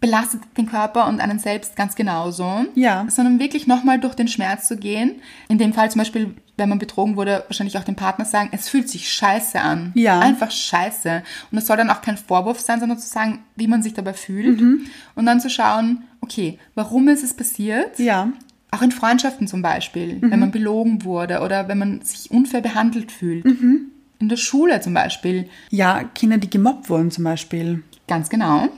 B: Belastet den Körper und einen selbst ganz genauso.
A: Ja.
B: Sondern wirklich nochmal durch den Schmerz zu gehen. In dem Fall zum Beispiel, wenn man betrogen wurde, wahrscheinlich auch dem Partner sagen, es fühlt sich scheiße an.
A: Ja.
B: Einfach scheiße. Und es soll dann auch kein Vorwurf sein, sondern zu sagen, wie man sich dabei fühlt.
A: Mhm.
B: Und dann zu schauen, okay, warum ist es passiert?
A: Ja.
B: Auch in Freundschaften zum Beispiel, wenn man belogen wurde oder wenn man sich unfair behandelt fühlt. In der Schule zum Beispiel,
A: Ja, Kinder, die gemobbt wurden zum Beispiel.
B: ganz genau.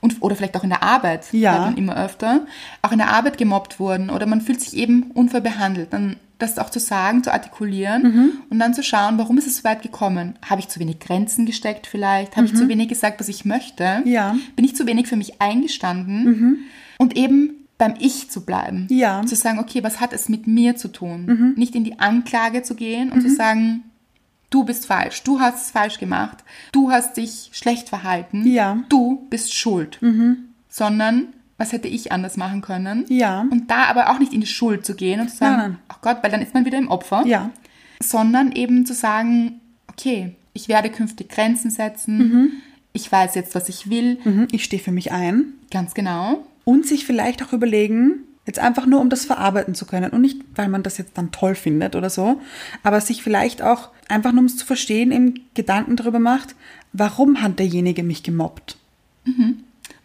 B: Und, oder vielleicht auch in der Arbeit,
A: Ja.
B: hört man immer öfter. Auch in der Arbeit gemobbt wurden oder man fühlt sich eben unfair behandelt. Dann das auch zu sagen, zu artikulieren
A: Mhm.
B: und dann zu schauen, warum ist es so weit gekommen? Habe ich zu wenig Grenzen gesteckt vielleicht? Habe ich zu wenig gesagt, was ich möchte?
A: Mhm. Ja. Mhm.
B: Bin ich zu wenig für mich eingestanden? Und eben beim Ich zu bleiben.
A: Ja. Mhm.
B: Zu sagen, okay, was hat es mit mir zu tun? Nicht in die Anklage zu gehen und zu sagen, du bist falsch, du hast es falsch gemacht, du hast dich schlecht verhalten,
A: Ja. Mhm.
B: du bist schuld. Sondern, was hätte ich anders machen können?
A: Ja.
B: Und da aber auch nicht in die Schuld zu gehen und zu sagen,
A: Nein, nein.
B: ach Gott, weil dann ist man wieder im Opfer.
A: Ja.
B: Sondern eben zu sagen, okay, ich werde künftig Grenzen setzen, ich weiß jetzt, was ich will,
A: Mhm. Ich stehe für mich ein.
B: ganz genau.
A: Und sich vielleicht auch überlegen, jetzt einfach nur, um das verarbeiten zu können und nicht, weil man das jetzt dann toll findet oder so, aber sich vielleicht auch einfach nur, um es zu verstehen, eben Gedanken darüber macht, warum hat derjenige mich gemobbt?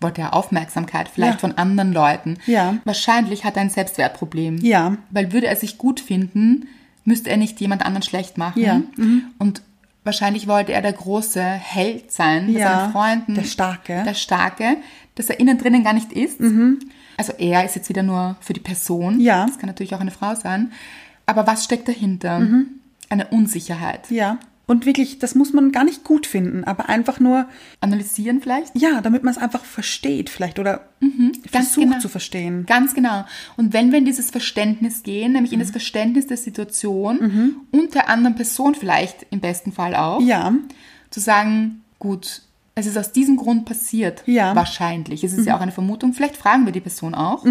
B: wollte ja Aufmerksamkeit, vielleicht
A: Ja.
B: von anderen Leuten.
A: Ja.
B: Wahrscheinlich hat er ein Selbstwertproblem.
A: Ja.
B: Weil würde er sich gut finden, müsste er nicht jemand anderen schlecht machen.
A: Ja. Mhm.
B: Und wahrscheinlich wollte er der große Held sein mit
A: Ja.
B: seinen Freunden.
A: Der Starke. Mhm.
B: Der Starke, dass er innen drinnen gar nicht ist. Also er ist jetzt wieder nur für die Person.
A: Ja. Mhm.
B: Das kann natürlich auch eine Frau sein. Aber was steckt dahinter? Eine Unsicherheit.
A: Ja. Und wirklich, das muss man gar nicht gut finden, aber einfach nur,
B: Analysieren vielleicht?
A: ja, damit man es einfach versteht vielleicht oder
B: ganz
A: versucht
B: genau.
A: zu verstehen.
B: Ganz genau. Und wenn wir in dieses Verständnis gehen, nämlich
A: Mhm.
B: in das Verständnis der Situation und der anderen Person vielleicht im besten Fall auch,
A: Ja,
B: zu sagen, gut, es ist aus diesem Grund passiert,
A: Ja. Mhm.
B: wahrscheinlich. Es ist ja auch eine Vermutung. Vielleicht fragen wir die Person auch,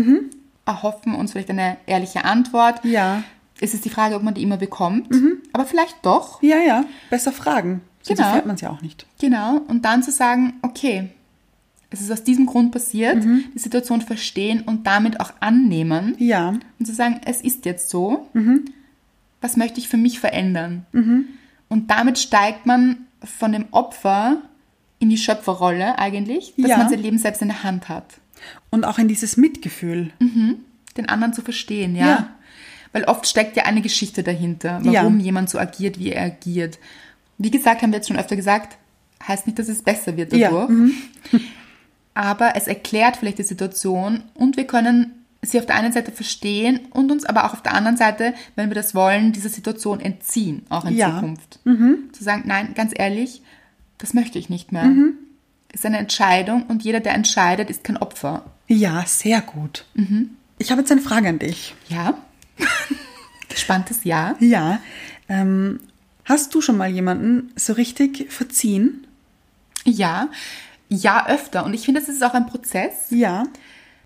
B: erhoffen uns vielleicht eine ehrliche Antwort.
A: Ja. Mhm.
B: Es ist die Frage, ob man die immer bekommt, aber vielleicht doch.
A: ja, ja, besser fragen. Sonst
B: Genau.
A: erfährt man es ja auch nicht.
B: Genau, und dann zu sagen, okay, es ist aus diesem Grund passiert,
A: Mhm.
B: die Situation verstehen und damit auch annehmen
A: Ja,
B: und zu sagen, es ist jetzt so, was möchte ich für mich verändern? Und damit steigt man von dem Opfer in die Schöpferrolle eigentlich, dass
A: Ja.
B: man sein Leben selbst in der Hand hat,
A: und auch in dieses Mitgefühl.
B: Mhm. den anderen zu verstehen, ja.
A: Ja.
B: Weil oft steckt ja eine Geschichte dahinter,
A: Ja.
B: warum jemand so agiert, wie er agiert. Wie gesagt, haben wir jetzt schon öfter gesagt, heißt nicht, dass es besser wird
A: Ja, mhm.
B: dadurch. Aber es erklärt vielleicht die Situation und wir können sie auf der einen Seite verstehen und uns aber auch auf der anderen Seite, wenn wir das wollen, dieser Situation entziehen, auch in
A: Ja. Mhm.
B: Zukunft. Zu sagen, nein, ganz ehrlich, das möchte ich nicht mehr.
A: Mhm.
B: Ist eine Entscheidung und jeder, der entscheidet, ist kein Opfer.
A: Ja, sehr gut.
B: Mhm.
A: Ich habe jetzt eine Frage an dich.
B: Ja? Gespanntes Ja.
A: Ja. Ähm, hast du schon mal jemanden so richtig verziehen?
B: Ja. Ja, öfter. Und ich finde, das ist auch ein Prozess.
A: Ja.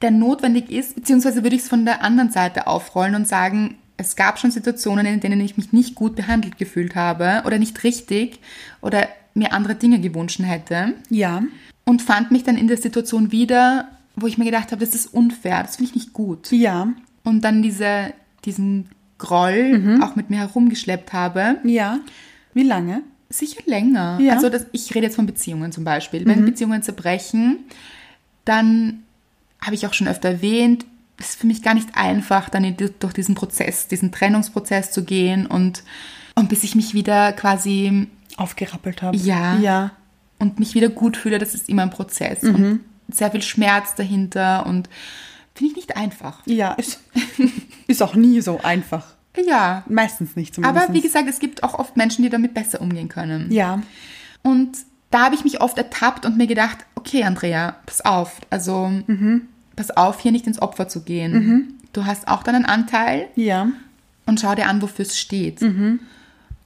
B: der notwendig ist, beziehungsweise würde ich es von der anderen Seite aufrollen und sagen, es gab schon Situationen, in denen ich mich nicht gut behandelt gefühlt habe oder nicht richtig oder mir andere Dinge gewünscht hätte
A: Ja.
B: und fand mich dann in der Situation wieder, wo ich mir gedacht habe, das ist unfair, das finde ich nicht gut.
A: Ja.
B: Und dann diese, diesen Groll auch mit mir herumgeschleppt habe.
A: Ja. Wie lange?
B: Sicher länger.
A: Ja. Mhm.
B: Also das, ich rede jetzt von Beziehungen zum Beispiel. Wenn Beziehungen zerbrechen, dann habe ich auch schon öfter erwähnt, es ist für mich gar nicht einfach, dann in, durch diesen Prozess, diesen Trennungsprozess zu gehen und, und bis ich mich wieder quasi
A: Aufgerappelt habe.
B: Ja.
A: Ja.
B: und mich wieder gut fühle, das ist immer ein Prozess.
A: Mhm.
B: Und sehr viel Schmerz dahinter und finde ich nicht einfach.
A: Ja. Ist, ist auch nie so einfach.
B: Ja.
A: Meistens nicht zumindest.
B: Aber wie gesagt, es gibt auch oft Menschen, die damit besser umgehen können.
A: Ja.
B: Und da habe ich mich oft ertappt und mir gedacht, okay, Andrea, pass auf. Also, pass auf, hier nicht ins Opfer zu gehen. Du hast auch deinen Anteil
A: Ja.
B: und schau dir an, wofür es steht. Und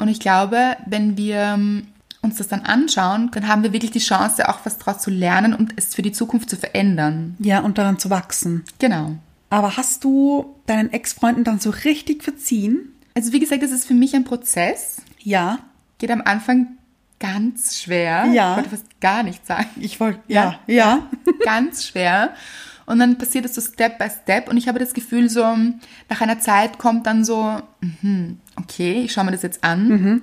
B: ich glaube, wenn wir ähm, uns das dann anschauen, dann haben wir wirklich die Chance, auch was daraus zu lernen und es für die Zukunft zu verändern.
A: Ja, und daran zu wachsen.
B: Genau.
A: Aber hast du deinen Ex-Freunden dann so richtig verziehen?
B: Also, wie gesagt, das ist für mich ein Prozess.
A: Ja.
B: Geht am Anfang ganz schwer.
A: Ja.
B: Ich wollte fast gar nicht sagen.
A: Ich wollte. Ja. Ja.
B: ganz schwer. Und dann passiert es so Step by Step und ich habe das Gefühl, so nach einer Zeit kommt dann so, mhm, okay, ich schaue mir das jetzt an.
A: Mhm.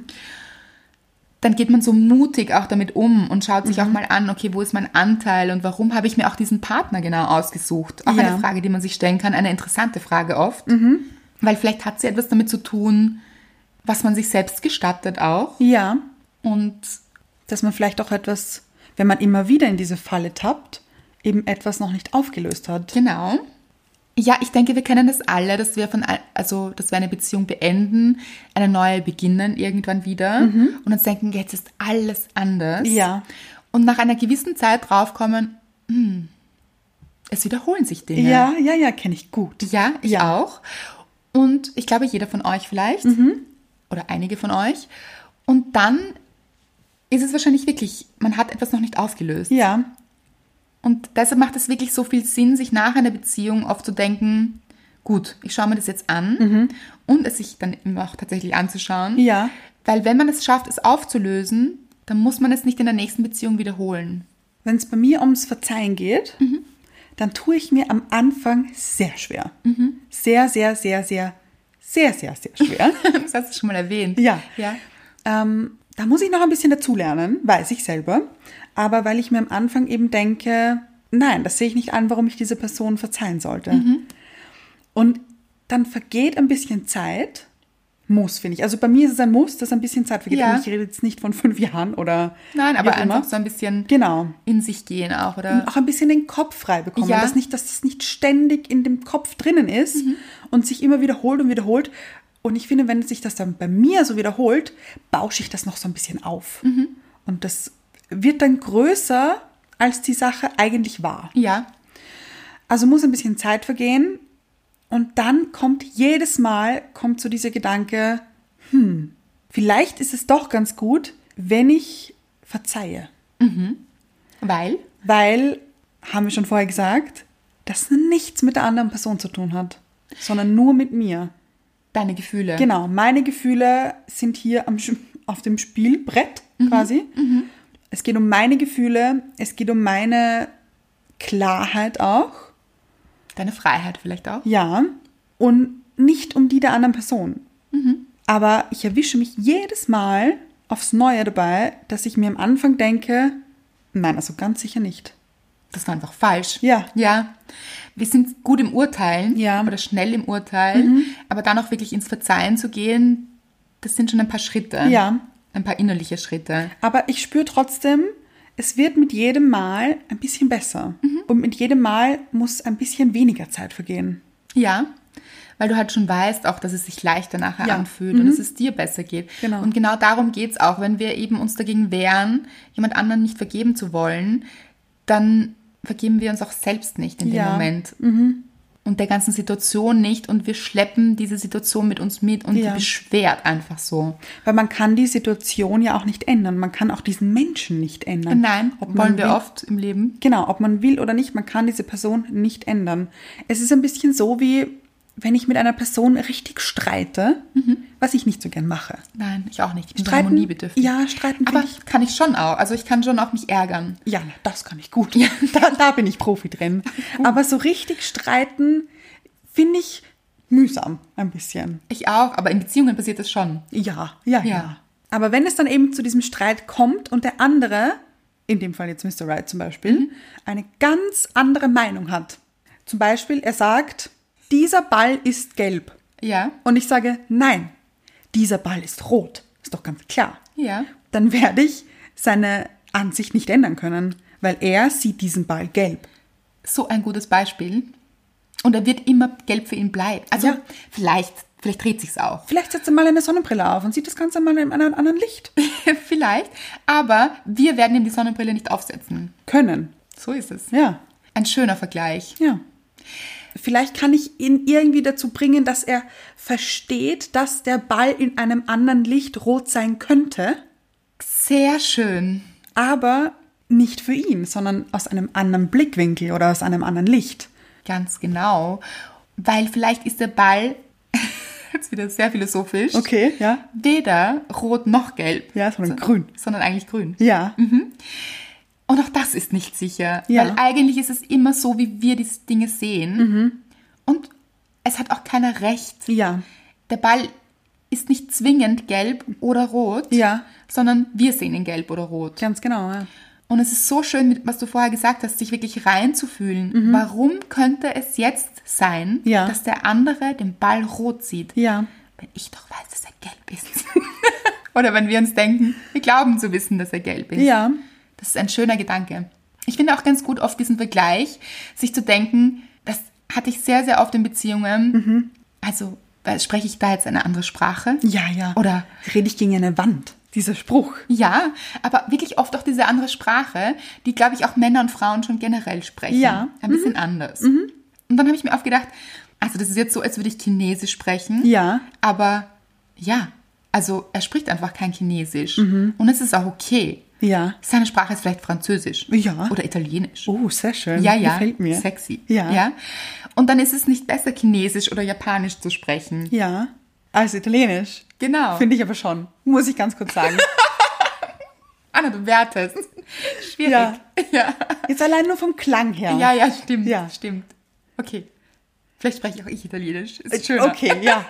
B: Dann geht man so mutig auch damit um und schaut sich
A: Mhm.
B: auch mal an, okay, wo ist mein Anteil und warum habe ich mir auch diesen Partner genau ausgesucht? Auch
A: Ja. Mhm.
B: eine Frage, die man sich stellen kann, eine interessante Frage oft, weil vielleicht hat sie etwas damit zu tun, was man sich selbst gestattet auch.
A: Ja.
B: Und
A: dass man vielleicht auch etwas, wenn man immer wieder in diese Falle tappt, eben etwas noch nicht aufgelöst hat.
B: Genau. Ja, ich denke, wir kennen das alle, dass wir von, all- also, dass wir eine Beziehung beenden, eine neue beginnen irgendwann wieder und uns denken, jetzt ist alles anders.
A: Mhm. Ja.
B: Und nach einer gewissen Zeit draufkommen, hm, es wiederholen sich Dinge.
A: Ja, ja, ja, kenne ich gut.
B: Ja, ich
A: Ja.
B: auch. Und ich glaube, jeder von euch vielleicht
A: Mhm.
B: oder einige von euch. Und dann ist es wahrscheinlich wirklich, man hat etwas noch nicht aufgelöst.
A: Ja,
B: Und deshalb macht es wirklich so viel Sinn, sich nach einer Beziehung oft zu denken, gut, ich schaue mir das jetzt an und es sich dann eben auch tatsächlich anzuschauen.
A: Mhm. Ja.
B: Weil wenn man es schafft, es aufzulösen, dann muss man es nicht in der nächsten Beziehung wiederholen.
A: wenn es bei mir ums Verzeihen geht, dann tue ich mir am Anfang sehr schwer. Sehr, sehr, sehr, sehr, sehr, sehr, sehr schwer.
B: Das hast du schon mal erwähnt.
A: Ja.
B: ja.
A: Ähm, da muss ich noch ein bisschen dazulernen, weiß ich selber. Aber weil ich mir am Anfang eben denke, nein, das sehe ich nicht an, warum ich diese Person verzeihen sollte.
B: Mhm.
A: Und dann vergeht ein bisschen Zeit. Muss, finde ich. Also bei mir ist es ein Muss, dass ein bisschen Zeit vergeht.
B: Ja.
A: Und Ich rede jetzt nicht von fünf Jahren oder.
B: Nein, aber
A: wie auch immer.
B: einfach so ein bisschen
A: Genau.
B: in sich gehen auch,
A: Und
B: oder?
A: auch ein bisschen den Kopf frei bekommen.
B: Ja.
A: Dass, nicht, dass das nicht ständig in dem Kopf drinnen ist und sich immer wiederholt und wiederholt. Und ich finde, wenn sich das dann bei mir so wiederholt, bausche ich das noch so ein bisschen auf. Und das wird dann größer, als die Sache eigentlich war.
B: Ja,
A: Also muss ein bisschen Zeit vergehen und dann kommt jedes Mal kommt so dieser Gedanke, hm, vielleicht ist es doch ganz gut, wenn ich verzeihe,
B: weil
A: weil haben wir schon vorher gesagt, das nichts mit der anderen Person zu tun hat, sondern nur mit mir.
B: deine Gefühle.
A: Genau, meine Gefühle sind hier am, Sch- auf dem Spielbrett quasi. Es geht um meine Gefühle, es geht um meine Klarheit auch.
B: Deine Freiheit vielleicht auch.
A: Ja, und nicht um die der anderen Person. Aber ich erwische mich jedes Mal aufs Neue dabei, dass ich mir am Anfang denke, nein, also ganz sicher nicht.
B: Das war einfach falsch.
A: Ja.
B: Ja. Wir sind gut im Urteilen
A: Ja. Mhm.
B: oder schnell im Urteil, aber dann auch wirklich ins Verzeihen zu gehen, das sind schon ein paar Schritte.
A: Ja.
B: Ein paar innerliche Schritte.
A: Aber ich spüre trotzdem, es wird mit jedem Mal ein bisschen besser.
B: Mhm.
A: Und mit jedem Mal muss ein bisschen weniger Zeit vergehen.
B: Ja. Weil du halt schon weißt, auch dass es sich leichter nachher
A: Ja. Mhm.
B: anfühlt und dass es dir besser geht.
A: Genau.
B: Und genau darum geht's auch. Wenn wir eben uns dagegen wehren, jemand anderen nicht vergeben zu wollen, dann vergeben wir uns auch selbst nicht in dem
A: Ja. Mhm.
B: Moment. Und der ganzen Situation nicht. Und wir schleppen diese Situation mit uns mit und
A: Ja.
B: die beschwert einfach so.
A: Weil man kann die Situation ja auch nicht ändern. Man kann auch diesen Menschen nicht ändern.
B: Nein,
A: Ob man
B: wollen wir
A: will-
B: oft im Leben.
A: Genau, ob man will oder nicht, man kann diese Person nicht ändern. Es ist ein bisschen so wie, wenn ich mit einer Person richtig streite,
B: Mhm.
A: was ich nicht so gern mache.
B: Nein, ich auch nicht. Ich bin so
A: Streiten-
B: harmoniebedürftig.
A: ja, streiten
B: Aber
A: find
B: kann ich schon auch. Also ich kann schon auch mich ärgern.
A: Ja, Uh. na, das kann ich gut. Da, da bin ich Profi drin. Aber so richtig streiten finde ich mühsam ein bisschen.
B: Ich auch, aber in Beziehungen passiert das schon.
A: Ja, ja, ja,
B: Ja.
A: Aber wenn es dann eben zu diesem Streit kommt und der andere, in dem Fall jetzt Mr. Wright zum Beispiel, eine ganz andere Meinung hat. Zum Beispiel, er sagt, dieser Ball ist gelb.
B: Ja.
A: Und ich sage, nein, dieser Ball ist rot. Ist doch ganz klar.
B: Ja.
A: Dann werde ich seine Ansicht nicht ändern können, weil er sieht diesen Ball gelb.
B: so ein gutes Beispiel. Und er wird immer gelb für ihn bleiben. Also
A: Ja.
B: vielleicht, vielleicht dreht sich's auch.
A: Vielleicht setzt er mal eine Sonnenbrille auf und sieht das Ganze mal in einem anderen Licht.
B: vielleicht. Aber wir werden ihm die Sonnenbrille nicht aufsetzen.
A: Können.
B: So ist es.
A: Ja,
B: Ein schöner Vergleich.
A: ja. Vielleicht kann ich ihn irgendwie dazu bringen, dass er versteht, dass der Ball in einem anderen Licht rot sein könnte,
B: Sehr schön.
A: aber nicht für ihn, sondern aus einem anderen Blickwinkel oder aus einem anderen Licht.
B: Ganz genau. Weil vielleicht ist der Ball, jetzt wieder sehr philosophisch,
A: Okay, ja.
B: weder rot noch gelb.
A: Ja, sondern
B: So-
A: grün.
B: Sondern eigentlich grün.
A: Ja,
B: Und auch das ist nicht sicher.
A: Ja.
B: Weil eigentlich ist es immer so, wie wir diese Dinge sehen.
A: Mhm.
B: Und es hat auch keiner recht.
A: ja.
B: Der Ball ist nicht zwingend gelb oder rot,
A: Ja.
B: sondern wir sehen ihn gelb oder rot.
A: Ganz genau, ja.
B: Und es ist so schön, mit- was du vorher gesagt hast, sich wirklich reinzufühlen. Warum könnte es jetzt sein,
A: Mhm. Ja.
B: dass der andere den Ball rot sieht,
A: Ja,
B: wenn ich doch weiß, dass er gelb ist? oder wenn wir uns denken, wir glauben zu wissen, dass er gelb ist.
A: ja,
B: Das ist ein schöner Gedanke. Ich finde auch ganz gut oft diesen Vergleich, sich zu denken, das hatte ich sehr, sehr oft in Beziehungen. Also äh, spreche ich da jetzt eine andere Sprache?
A: Mhm. ja, ja.
B: Oder
A: rede ich gegen eine Wand? Dieser Spruch.
B: ja, aber wirklich oft auch diese andere Sprache, die, glaube ich, auch Männer und Frauen schon generell sprechen.
A: Ja. Mhm.
B: Ein bisschen anders. Und dann habe ich mir auch gedacht, also das ist jetzt so, als würde ich Chinesisch sprechen.
A: Ja.
B: Aber ja, also er spricht einfach kein Chinesisch.
A: Mhm.
B: Und es ist auch okay.
A: Ja.
B: Seine Sprache ist vielleicht Französisch.
A: Ja.
B: Oder Italienisch.
A: Oh, sehr schön.
B: Ja, ja.
A: Gefällt mir.
B: Sexy.
A: Ja.
B: ja. Und dann ist es nicht besser, Chinesisch oder Japanisch zu sprechen.
A: Ja. Also italienisch.
B: Genau.
A: Finde ich aber schon. Muss ich ganz kurz sagen.
B: Anna, du wertest. Schwierig.
A: Ja.
B: Ja.
A: Jetzt allein nur vom Klang her.
B: Ja, ja, stimmt.
A: Ja.
B: Stimmt. Okay. Vielleicht spreche auch ich Italienisch. Ist schöner.
A: Äh, Okay, ja.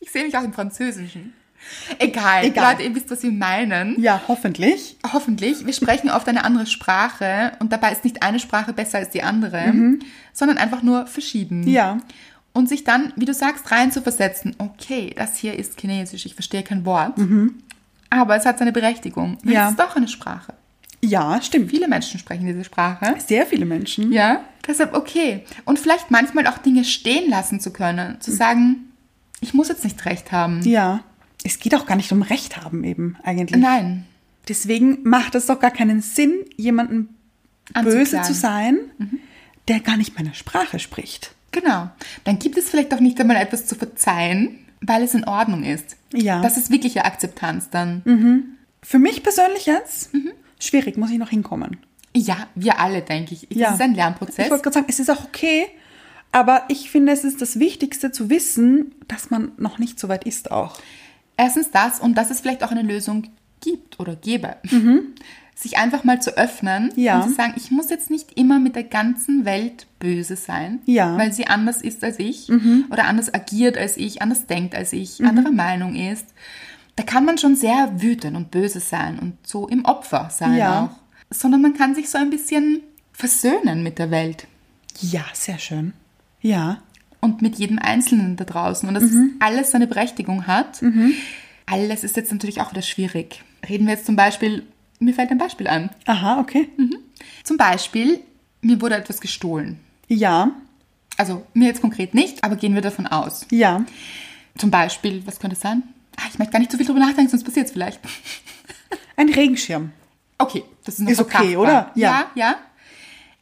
B: Ich sehe mich auch im Französischen. Egal.
A: Egal.
B: Leute, ihr wisst, was wir meinen.
A: Ja, hoffentlich.
B: Hoffentlich. Wir sprechen oft eine andere Sprache und dabei ist nicht eine Sprache besser als die andere, sondern einfach nur verschieden.
A: Mhm. Ja.
B: Und sich dann, wie du sagst, reinzuversetzen. Okay, das hier ist Chinesisch. Ich verstehe kein Wort. Aber es hat seine Berechtigung. weil
A: Mhm. Ja.
B: Es ist doch eine Sprache.
A: Ja, stimmt.
B: Viele Menschen sprechen diese Sprache.
A: Sehr viele Menschen. Mhm.
B: Ja. Deshalb okay. Und vielleicht manchmal auch Dinge stehen lassen zu können. Zu sagen, Ich muss jetzt nicht recht haben.
A: Ja. Es geht auch gar nicht um Recht haben eben eigentlich.
B: Nein.
A: Deswegen macht es doch gar keinen Sinn, jemanden böse
B: Anzuklagen. Mhm.
A: zu sein, der gar nicht meine Sprache spricht.
B: Genau. Dann gibt es vielleicht auch nicht einmal etwas zu verzeihen, weil es in Ordnung ist.
A: Ja. Mhm.
B: Das ist wirkliche Akzeptanz dann.
A: Für mich persönlich jetzt,
B: Mhm.
A: schwierig, muss ich noch hinkommen.
B: Ja, wir alle, denke ich. Das
A: Ja.
B: ist ein
A: Ich
B: Lernprozess.
A: wollte gerade sagen, es ist auch okay, aber ich finde, es ist das Wichtigste zu wissen, dass man noch nicht so weit ist auch.
B: Erstens das und dass es vielleicht auch eine Lösung gibt oder gäbe. Sich einfach mal zu öffnen
A: Mhm. Ja.
B: und zu sagen, ich muss jetzt nicht immer mit der ganzen Welt böse sein,
A: Ja. Mhm.
B: weil sie anders ist als ich oder anders agiert als ich, anders denkt als ich, anderer Meinung ist. Da kann man schon sehr wütend und böse sein und so im Opfer sein
A: Ja.
B: auch. Sondern man kann sich so ein bisschen versöhnen mit der Welt
A: Ja, sehr schön. Ja.
B: und mit jedem Einzelnen da draußen und dass
A: Mhm.
B: alles seine Berechtigung hat. Alles ist jetzt natürlich auch wieder schwierig. Reden wir jetzt zum Beispiel, mir fällt ein Beispiel an.
A: Aha, okay.
B: Zum Beispiel, mir wurde etwas gestohlen.
A: Ja,
B: Also mir jetzt konkret nicht, aber gehen wir davon aus.
A: ja.
B: Zum Beispiel, was könnte es sein? Ah, ich möchte gar nicht so viel drüber nachdenken, sonst passiert es vielleicht.
A: Ein Regenschirm.
B: Okay, das ist noch
A: Ist okay,
B: verkraftbar.
A: oder?
B: Ja.
A: Ja.
B: ja,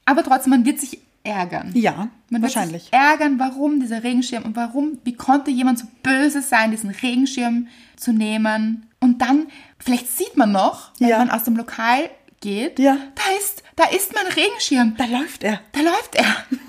B: Aber trotzdem, man wird sich ärgern.
A: Ja,
B: Man wird
A: wahrscheinlich.
B: sich ärgern, warum dieser Regenschirm und warum, wie konnte jemand so böse sein, diesen Regenschirm zu nehmen. Und dann, vielleicht sieht man noch, wenn
A: Ja.
B: man aus dem Lokal geht,
A: Ja.
B: da ist, da ist mein Regenschirm.
A: Da läuft er.
B: Da läuft er.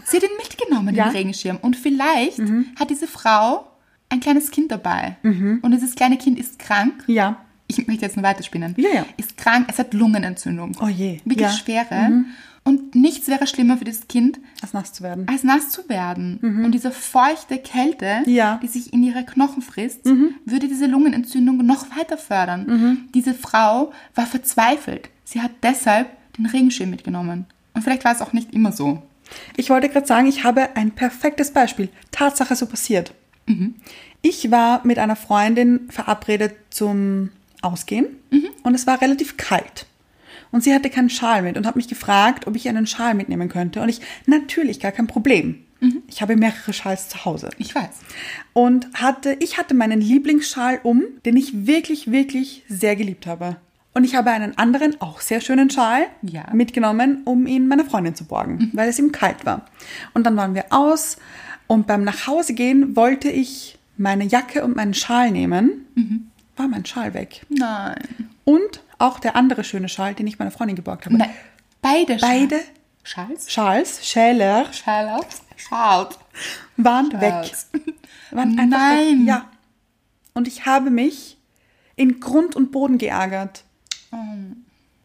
B: Sie hat ihn mitgenommen,
A: Ja. Mhm.
B: den Regenschirm. Und vielleicht hat diese Frau ein kleines Kind dabei. Und dieses kleine Kind ist krank.
A: Ja.
B: Ich möchte jetzt nur weiterspinnen.
A: Ja, ja.
B: Ist krank, es hat Lungenentzündung.
A: Oh je,
B: Wirklich
A: ja. Mhm.
B: schwere. Und nichts wäre schlimmer für dieses Kind,
A: Als nass zu werden.
B: als nass zu werden. Und diese feuchte Kälte,
A: Mhm. Ja. Mhm.
B: die sich in ihre Knochen frisst, würde diese Lungenentzündung noch weiter fördern. Diese Frau war verzweifelt. Sie hat deshalb den Regenschirm mitgenommen. Und vielleicht war es auch nicht immer so.
A: Ich wollte gerade sagen, ich habe ein perfektes Beispiel. Tatsache so passiert. Ich war mit einer Freundin verabredet zum Ausgehen und es war relativ kalt. Und sie hatte keinen Schal mit und hat mich gefragt, ob ich einen Schal mitnehmen könnte. Und ich, natürlich, gar kein Problem. Ich habe mehrere Schals zu Hause.
B: Ich weiß.
A: Und hatte, ich hatte meinen Lieblingsschal um, den ich wirklich, wirklich sehr geliebt habe. Und ich habe einen anderen, auch sehr schönen Schal
B: Ja.
A: mitgenommen, um ihn meiner Freundin zu borgen, weil es ihm kalt war. Und dann waren wir aus und beim Nachhausegehen wollte ich meine Jacke und meinen Schal nehmen, war mein Schal weg.
B: Nein.
A: Und auch der andere schöne Schal, den ich meiner Freundin geborgt habe.
B: Nein. Beide Schal-
A: Beide
B: Schals?
A: Schals, Schäler,
B: Schals? Schals.
A: waren weg.
B: Schals.
A: Waren einfach
B: Nein.
A: Weg. Ja. Und ich habe mich in Grund und Boden geärgert.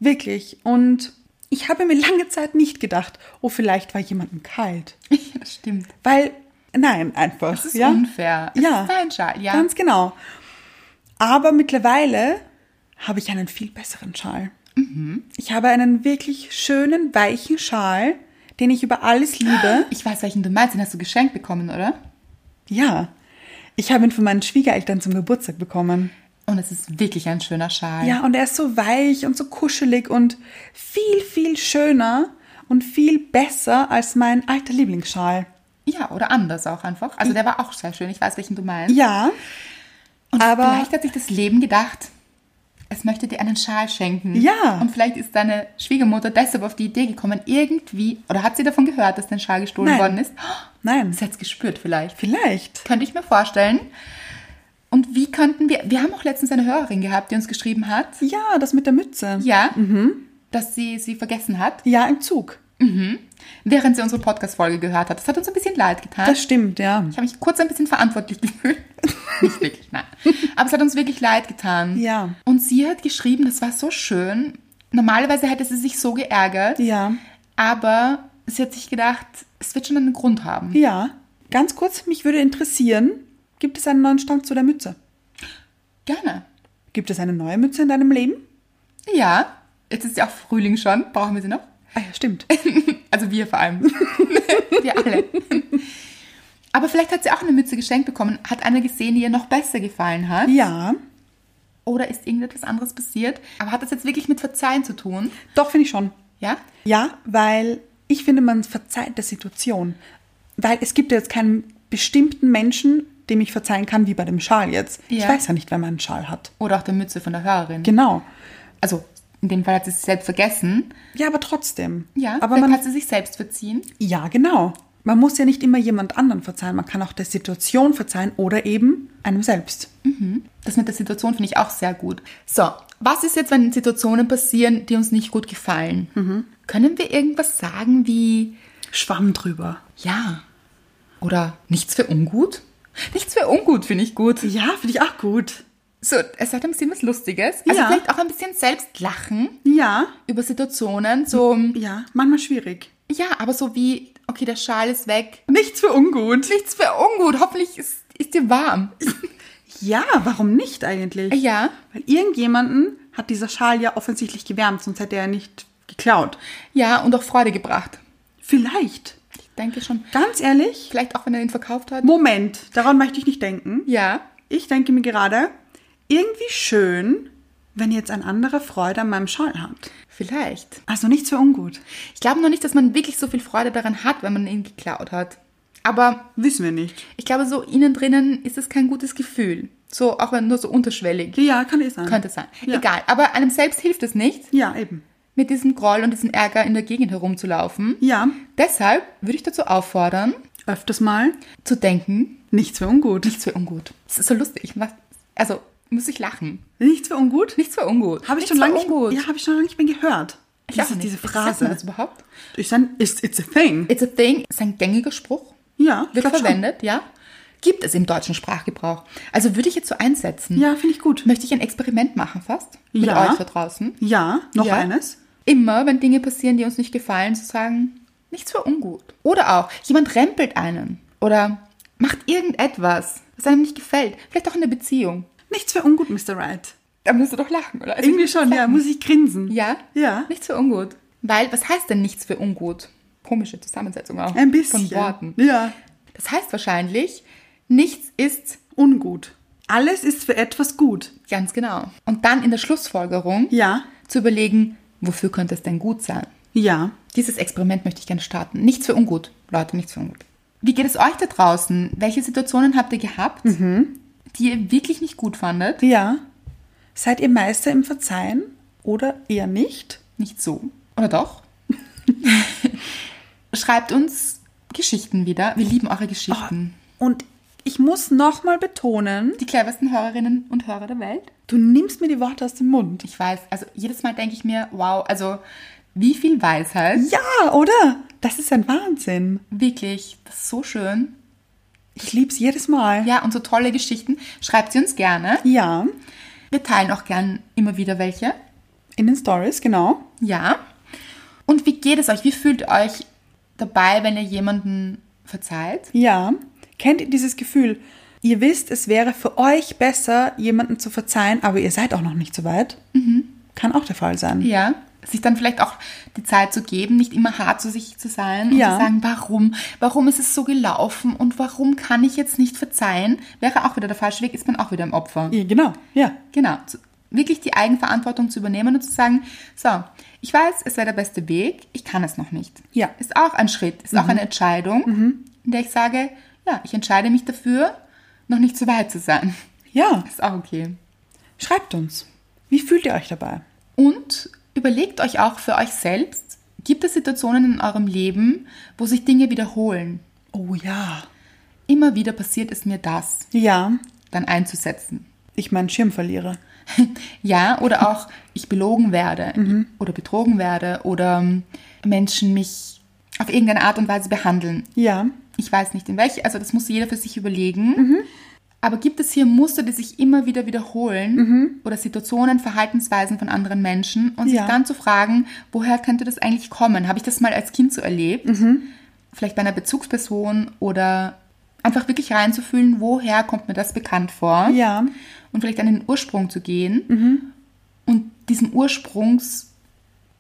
A: Wirklich. Und ich habe mir lange Zeit nicht gedacht, oh, vielleicht war jemandem kalt.
B: Ja, das stimmt.
A: Weil, nein, einfach. Das
B: ist
A: ja?
B: unfair. Es
A: ja.
B: ist dein Schal, ja.
A: Ganz genau. Aber mittlerweile habe ich einen viel besseren Schal. Ich habe einen wirklich schönen, weichen Schal, den ich über alles liebe.
B: Ich weiß, welchen du meinst. Den hast du geschenkt bekommen, oder?
A: Ja. Ich habe ihn von meinen Schwiegereltern zum Geburtstag bekommen.
B: Und es ist wirklich ein schöner Schal.
A: Ja, und er ist so weich und so kuschelig und viel, viel schöner und viel besser als mein alter Lieblingsschal.
B: Ja, oder anders auch einfach. Also der war auch sehr schön. Ich weiß, welchen du meinst.
A: Ja,
B: Und
A: aber-
B: vielleicht hat sich das Leben gedacht, es möchte dir einen Schal schenken.
A: Ja.
B: Und vielleicht ist deine Schwiegermutter deshalb auf die Idee gekommen, irgendwie, oder hat sie davon gehört, dass dein Schal gestohlen
A: Nein.
B: worden ist?
A: nein,
B: Sie hat es gespürt vielleicht.
A: vielleicht.
B: Könnte ich mir vorstellen. Und wie könnten wir, wir haben auch letztens eine Hörerin gehabt, die uns geschrieben hat,
A: Ja, das mit der Mütze.
B: ja,
A: Mhm.
B: dass sie sie vergessen hat,
A: Ja, im Zug.
B: während sie unsere Podcast-Folge gehört hat. Das hat uns ein bisschen leid getan.
A: Das stimmt, ja.
B: ich habe mich kurz ein bisschen verantwortlich gefühlt. Nicht wirklich, nein. Aber es hat uns wirklich leid getan.
A: Ja.
B: Und sie hat geschrieben, das war so schön. Normalerweise hätte sie sich so geärgert.
A: Ja,
B: Aber sie hat sich gedacht, es wird schon einen Grund haben.
A: ja. Ganz kurz, mich würde interessieren, gibt es einen neuen Stand zu der Mütze?
B: Gerne.
A: Gibt es eine neue Mütze in deinem Leben?
B: Ja, jetzt ist ja auch Frühling schon. Brauchen wir sie noch?
A: Ah ja, stimmt.
B: Also wir vor allem. wir alle. Aber vielleicht hat sie auch eine Mütze geschenkt bekommen, hat eine gesehen, die ihr noch besser gefallen hat.
A: Ja,
B: Oder ist irgendetwas anderes passiert? Aber hat das jetzt wirklich mit Verzeihen zu tun?
A: doch, finde ich schon.
B: Ja?
A: Ja, weil ich finde, man verzeiht der Situation. Weil es gibt ja jetzt keinen bestimmten Menschen, dem ich verzeihen kann, wie bei dem Schal jetzt. Ich
B: Ja.
A: weiß ja nicht, wenn man einen Schal hat.
B: Oder auch der Mütze von der Hörerin.
A: Genau.
B: Also in dem Fall hat sie es selbst vergessen.
A: Ja, aber trotzdem.
B: Ja,
A: aber
B: vielleicht
A: man,
B: hat sie sich selbst verziehen.
A: ja, genau. Man muss ja nicht immer jemand anderen verzeihen. Man kann auch der Situation verzeihen oder eben einem selbst.
B: Das mit der Situation finde ich auch sehr gut. So, was ist jetzt, wenn Situationen passieren, die uns nicht gut gefallen? Können wir irgendwas sagen wie
A: Schwamm drüber.
B: ja oder nichts für ungut? Nichts für ungut finde ich gut.
A: Ja, finde ich auch gut.
B: So, es hat ein bisschen was Lustiges. Also
A: Ja.
B: vielleicht auch ein bisschen selbst lachen
A: Ja,
B: über Situationen. So,
A: ja, manchmal schwierig.
B: ja, aber so wie, okay, der Schal ist weg.
A: Nichts für ungut.
B: Nichts für ungut. Hoffentlich ist, ist dir warm.
A: Ja, warum nicht eigentlich?
B: Ja.
A: Weil irgendjemanden hat dieser Schal ja offensichtlich gewärmt, sonst hätte er nicht geklaut.
B: Ja, und auch Freude gebracht.
A: Vielleicht.
B: Ich denke schon.
A: Ganz ehrlich,
B: Vielleicht auch, wenn er ihn verkauft hat.
A: Moment, daran möchte ich nicht denken.
B: Ja.
A: Ich denke mir gerade, irgendwie schön, wenn jetzt ein anderer Freude an meinem Schal hat.
B: Vielleicht.
A: Also nichts für ungut.
B: Ich glaube noch nicht, dass man wirklich so viel Freude daran hat, wenn man ihn geklaut hat. Aber
A: Wissen wir nicht.
B: ich glaube, so innen drinnen ist es kein gutes Gefühl. So, auch wenn nur so unterschwellig.
A: Ja, kann eh sein.
B: Könnte sein.
A: Ja.
B: Egal. Aber einem selbst hilft es nicht,
A: Ja, eben.
B: mit diesem Groll und diesem Ärger in der Gegend herumzulaufen.
A: Ja,
B: Deshalb würde ich dazu auffordern,
A: öfters mal
B: zu denken,
A: nichts für ungut.
B: nichts für ungut. Das ist so lustig. Was- Also, muss ich lachen.
A: Nichts für ungut?
B: Nichts für ungut.
A: Habe ich,
B: nichts
A: schon lange
B: für
A: nicht-
B: ungut.
A: ja, habe ich schon lange nicht mehr gehört.
B: Ich
A: Diese-
B: auch nicht.
A: Diese
B: Sagt man
A: Phrase.
B: das überhaupt?
A: Ist ein, ist, it's a thing.
B: It's a thing ist ein gängiger Spruch.
A: Ja, ich
B: Wird
A: glaub schon.
B: verwendet, ja. Gibt es im deutschen Sprachgebrauch. Also würde ich jetzt so einsetzen.
A: Ja, finde ich gut.
B: Möchte ich ein Experiment machen fast? Mit
A: Ja.
B: euch da draußen.
A: Ja, noch
B: Ja.
A: eines.
B: Immer, wenn Dinge passieren, die uns nicht gefallen, zu sagen, nichts für ungut. Oder auch, jemand rempelt einen. Oder macht irgendetwas, was einem nicht gefällt. Vielleicht auch in der Beziehung.
A: Nichts für ungut, Mr. Right.
B: Da musst du doch lachen, oder? Also
A: Irgendwie
B: ich muss
A: schon, ja,
B: lachen.
A: muss ich grinsen.
B: Ja?
A: Ja.
B: Nichts für ungut. Weil, was heißt denn nichts für ungut? Komische Zusammensetzung auch.
A: Ein bisschen.
B: Von Worten.
A: Ja.
B: Das heißt wahrscheinlich, nichts ist
A: Ungut. Alles ist für etwas gut.
B: ganz genau. Und dann in der Schlussfolgerung
A: Ja.
B: zu überlegen, wofür könnte es denn gut sein?
A: Ja.
B: Dieses Experiment möchte ich gerne starten. Nichts für ungut, Leute, nichts für ungut. Wie geht es euch da draußen? Welche Situationen habt ihr gehabt, die ihr wirklich nicht gut fandet?
A: Ja. Seid ihr Meister im Verzeihen oder eher nicht?
B: Nicht so. Oder doch? Schreibt uns Geschichten wieder. Wir lieben eure
A: Oh.
B: Geschichten.
A: Und ich muss nochmal betonen,
B: Die cleversten Hörerinnen und Hörer der Welt.
A: du nimmst mir die Worte aus dem Mund.
B: Ich weiß, also jedes Mal denke ich mir, wow, also wie viel Weisheit.
A: Ja, oder? Das ist ein Wahnsinn.
B: Wirklich, das ist so schön.
A: Ich lieb's jedes Mal.
B: Ja, und so tolle Geschichten. Schreibt sie uns gerne.
A: Ja.
B: Wir teilen auch gern immer wieder welche.
A: In den Stories, genau.
B: Ja. Und wie geht es euch? Wie fühlt ihr euch dabei, wenn ihr jemanden verzeiht?
A: Ja. Kennt ihr dieses Gefühl? Ihr wisst, es wäre für euch besser, jemanden zu verzeihen, aber ihr seid auch noch nicht so weit. Kann auch der Fall sein.
B: Ja. Sich dann vielleicht auch die Zeit zu geben, nicht immer hart zu sich zu sein und
A: Ja.
B: zu sagen, warum? Warum ist es so gelaufen und warum kann ich jetzt nicht verzeihen? Wäre auch wieder der falsche Weg, ist man auch wieder im Opfer.
A: Ja, genau. Ja.
B: Genau, zu- wirklich die Eigenverantwortung zu übernehmen und zu sagen, so, ich weiß, es wäre der beste Weg, ich kann es noch nicht.
A: Ja.
B: Ist auch ein Schritt, ist auch eine Entscheidung, in der ich sage, ja, ich entscheide mich dafür, noch nicht zu weit zu sein.
A: Ja.
B: Ist auch okay.
A: Schreibt uns. Wie fühlt ihr euch dabei?
B: Und überlegt euch auch für euch selbst, gibt es Situationen in eurem Leben, wo sich Dinge wiederholen?
A: Oh ja.
B: Immer wieder passiert es mir das,
A: Ja.
B: dann einzusetzen.
A: Ich meinen Schirm verliere.
B: Ja, oder auch ich belogen werde
A: Mhm.
B: oder betrogen werde oder ähm, Menschen mich auf irgendeine Art und Weise behandeln.
A: Ja.
B: Ich weiß nicht in welche, also das muss jeder für sich überlegen.
A: Mhm.
B: Aber gibt es hier Muster, die sich immer wieder wiederholen oder Situationen, Verhaltensweisen von anderen Menschen und
A: Mhm. Ja.
B: sich dann zu fragen, woher könnte das eigentlich kommen? Habe ich das mal als Kind so erlebt?
A: Mhm.
B: Vielleicht bei einer Bezugsperson oder einfach wirklich reinzufühlen, woher kommt mir das bekannt vor?
A: Ja.
B: und vielleicht an den Ursprung zu gehen
A: Mhm.
B: und diesem Ursprungs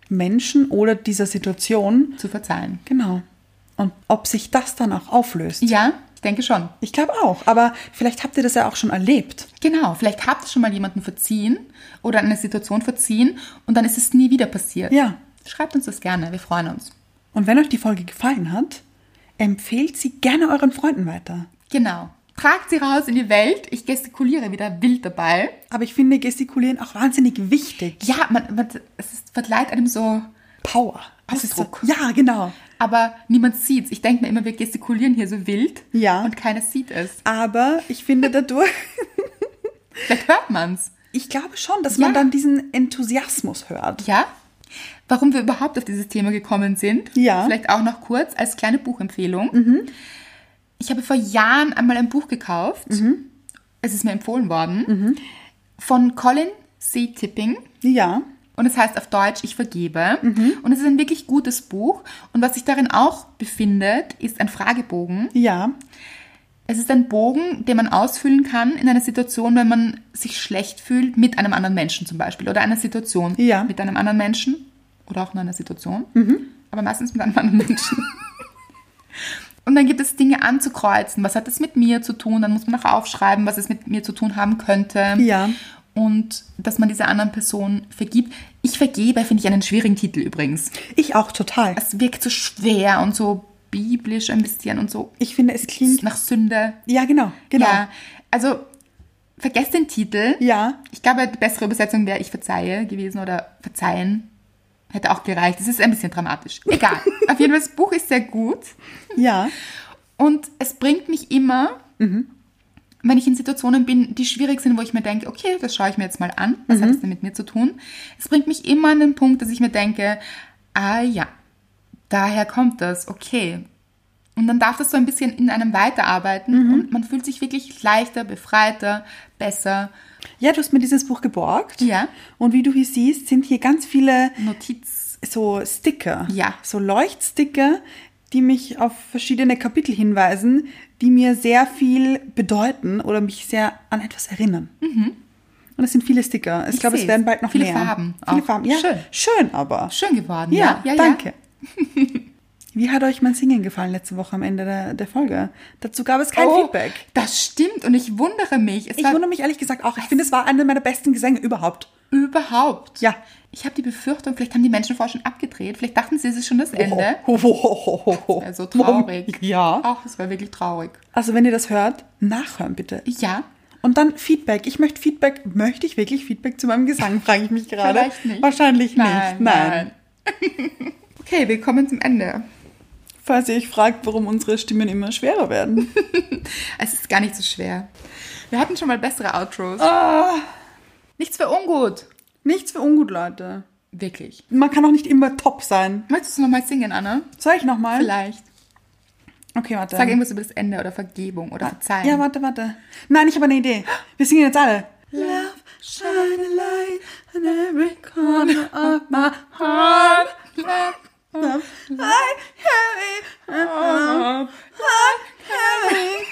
A: Menschen oder dieser Situation.
B: zu verzeihen.
A: Genau. Und ob sich das dann auch auflöst.
B: Ja, ich denke schon.
A: Ich glaube auch. Aber vielleicht habt ihr das ja auch schon erlebt.
B: Genau, vielleicht habt ihr schon mal jemanden verziehen oder eine Situation verziehen und dann ist es nie wieder passiert.
A: Ja.
B: Schreibt uns das gerne, wir freuen uns.
A: Und wenn euch die Folge gefallen hat, empfehlt sie gerne euren Freunden weiter.
B: Genau. Tragt sie raus in die Welt. Ich gestikuliere wieder wild dabei.
A: Aber ich finde Gestikulieren auch wahnsinnig wichtig.
B: Ja, man, man, es ist, verleiht einem so,
A: Power. Das ist so-
B: Ausdruck.
A: Ja, genau.
B: aber niemand sieht's. Ich denke mir immer, wir gestikulieren hier so wild
A: Ja.
B: und keiner sieht es.
A: Aber ich finde dadurch,
B: Vielleicht hört man's.
A: ich glaube schon, dass
B: Ja.
A: man dann diesen Enthusiasmus hört.
B: Ja? Warum wir überhaupt auf dieses Thema gekommen sind?
A: Ja.
B: Vielleicht auch noch kurz als kleine Buchempfehlung. Ich habe vor Jahren einmal ein Buch gekauft. Es ist mir empfohlen worden. Von Colin C. Tipping.
A: Ja.
B: Und es heißt auf Deutsch Ich vergebe. Und es ist ein wirklich gutes Buch. Und was sich darin auch befindet, ist ein Fragebogen.
A: Ja.
B: Es ist ein Bogen, den man ausfüllen kann in einer Situation, wenn man sich schlecht fühlt mit einem anderen Menschen zum Beispiel oder einer Situation
A: Ja. Mhm.
B: mit einem anderen Menschen oder auch in einer Situation, aber meistens mit einem anderen Menschen. Und dann gibt es Dinge anzukreuzen. Was hat es mit mir zu tun? Dann muss man auch aufschreiben, was es mit mir zu tun haben könnte.
A: Ja.
B: Und dass man dieser anderen Person vergibt. Ich vergebe, finde ich einen schwierigen Titel übrigens.
A: Ich auch total.
B: Es wirkt so schwer und so biblisch ein bisschen und so
A: Ich finde, es klingt.
B: nach Sünde.
A: Ja, genau. Genau.
B: Ja, also vergesst den Titel.
A: Ja.
B: Ich glaube, die bessere Übersetzung wäre Ich verzeihe gewesen oder Verzeihen. Hätte auch gereicht. Es ist ein bisschen dramatisch. Egal. Auf jeden Fall, das Buch ist sehr gut.
A: Ja.
B: Und es bringt mich immer, wenn ich in Situationen bin, die schwierig sind, wo ich mir denke, okay, das schaue ich mir jetzt mal an. Was
A: Mhm.
B: hat das denn mit mir zu tun? Es bringt mich immer an den Punkt, dass ich mir denke, ah ja, daher kommt das, okay. Und dann darf das so ein bisschen in einem weiterarbeiten
A: Mhm.
B: und man fühlt sich wirklich leichter, befreiter, besser.
A: Ja, du hast mir dieses Buch geborgt.
B: Ja.
A: Und wie du hier siehst, sind hier ganz viele
B: Notiz.
A: so Sticker.
B: Ja.
A: So Leuchtsticker, die mich auf verschiedene Kapitel hinweisen, die mir sehr viel bedeuten oder mich sehr an etwas erinnern. Und es sind viele Sticker. Ich,
B: Mhm. Ich
A: glaube, es
B: seh's.
A: werden bald noch
B: Viele
A: mehr.
B: Farben
A: Viele
B: auch.
A: Farben. Ja,
B: Schön.
A: schön. Schön aber.
B: Schön geworden.
A: Ja,
B: Ja, ja,
A: danke. Wie hat euch mein Singen gefallen letzte Woche am Ende der, der Folge? Dazu gab es kein
B: oh,
A: Feedback.
B: Das stimmt und ich wundere mich. Es
A: Ich
B: war
A: wundere mich ehrlich gesagt auch. Ich finde, es war einer meiner besten Gesänge überhaupt.
B: Überhaupt.
A: Ja.
B: Ich habe die Befürchtung, vielleicht haben die Menschen vorher schon abgedreht. Vielleicht dachten sie, es ist schon das Ende.
A: Ho, ho, ho, ho, ho, ho.
B: Also traurig.
A: Ja.
B: Ach, es war wirklich traurig.
A: Also wenn ihr das hört, nachhören bitte.
B: Ja.
A: Und dann Feedback. Ich möchte Feedback. Möchte ich wirklich Feedback zu meinem Gesang, frage ich mich gerade.
B: Vielleicht nicht.
A: Wahrscheinlich nicht. Nein.
B: okay, wir kommen zum Ende.
A: Falls ihr euch fragt, warum unsere Stimmen immer schwerer werden.
B: Es ist gar nicht so schwer. Wir hatten schon mal bessere Outros.
A: Ah.
B: Nichts für ungut.
A: Nichts für ungut, Leute.
B: Wirklich.
A: Man kann auch nicht immer top sein.
B: Möchtest du es nochmal singen, Anna?
A: Soll ich nochmal?
B: Vielleicht.
A: Okay, warte.
B: Sag irgendwas über das Ende oder Vergebung oder Verzeihen.
A: Ah. Ja, warte, warte. Nein, ich habe eine Idee. Wir singen jetzt alle. Love, shine a light in every corner of my heart. Love, light, heavy, love, light, heavy.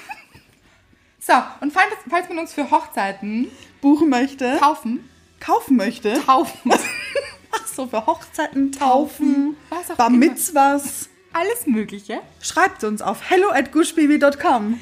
B: So, und falls, falls man uns für Hochzeiten
A: Buchen möchte,
B: kaufen,
A: kaufen möchte.
B: kaufen,
A: Ach so, für Hochzeiten, Taufen,
B: Was auch
A: Bar
B: immer.
A: Mitzvahs.
B: alles Mögliche,
A: Schreibt uns auf hello at gushbaby.com.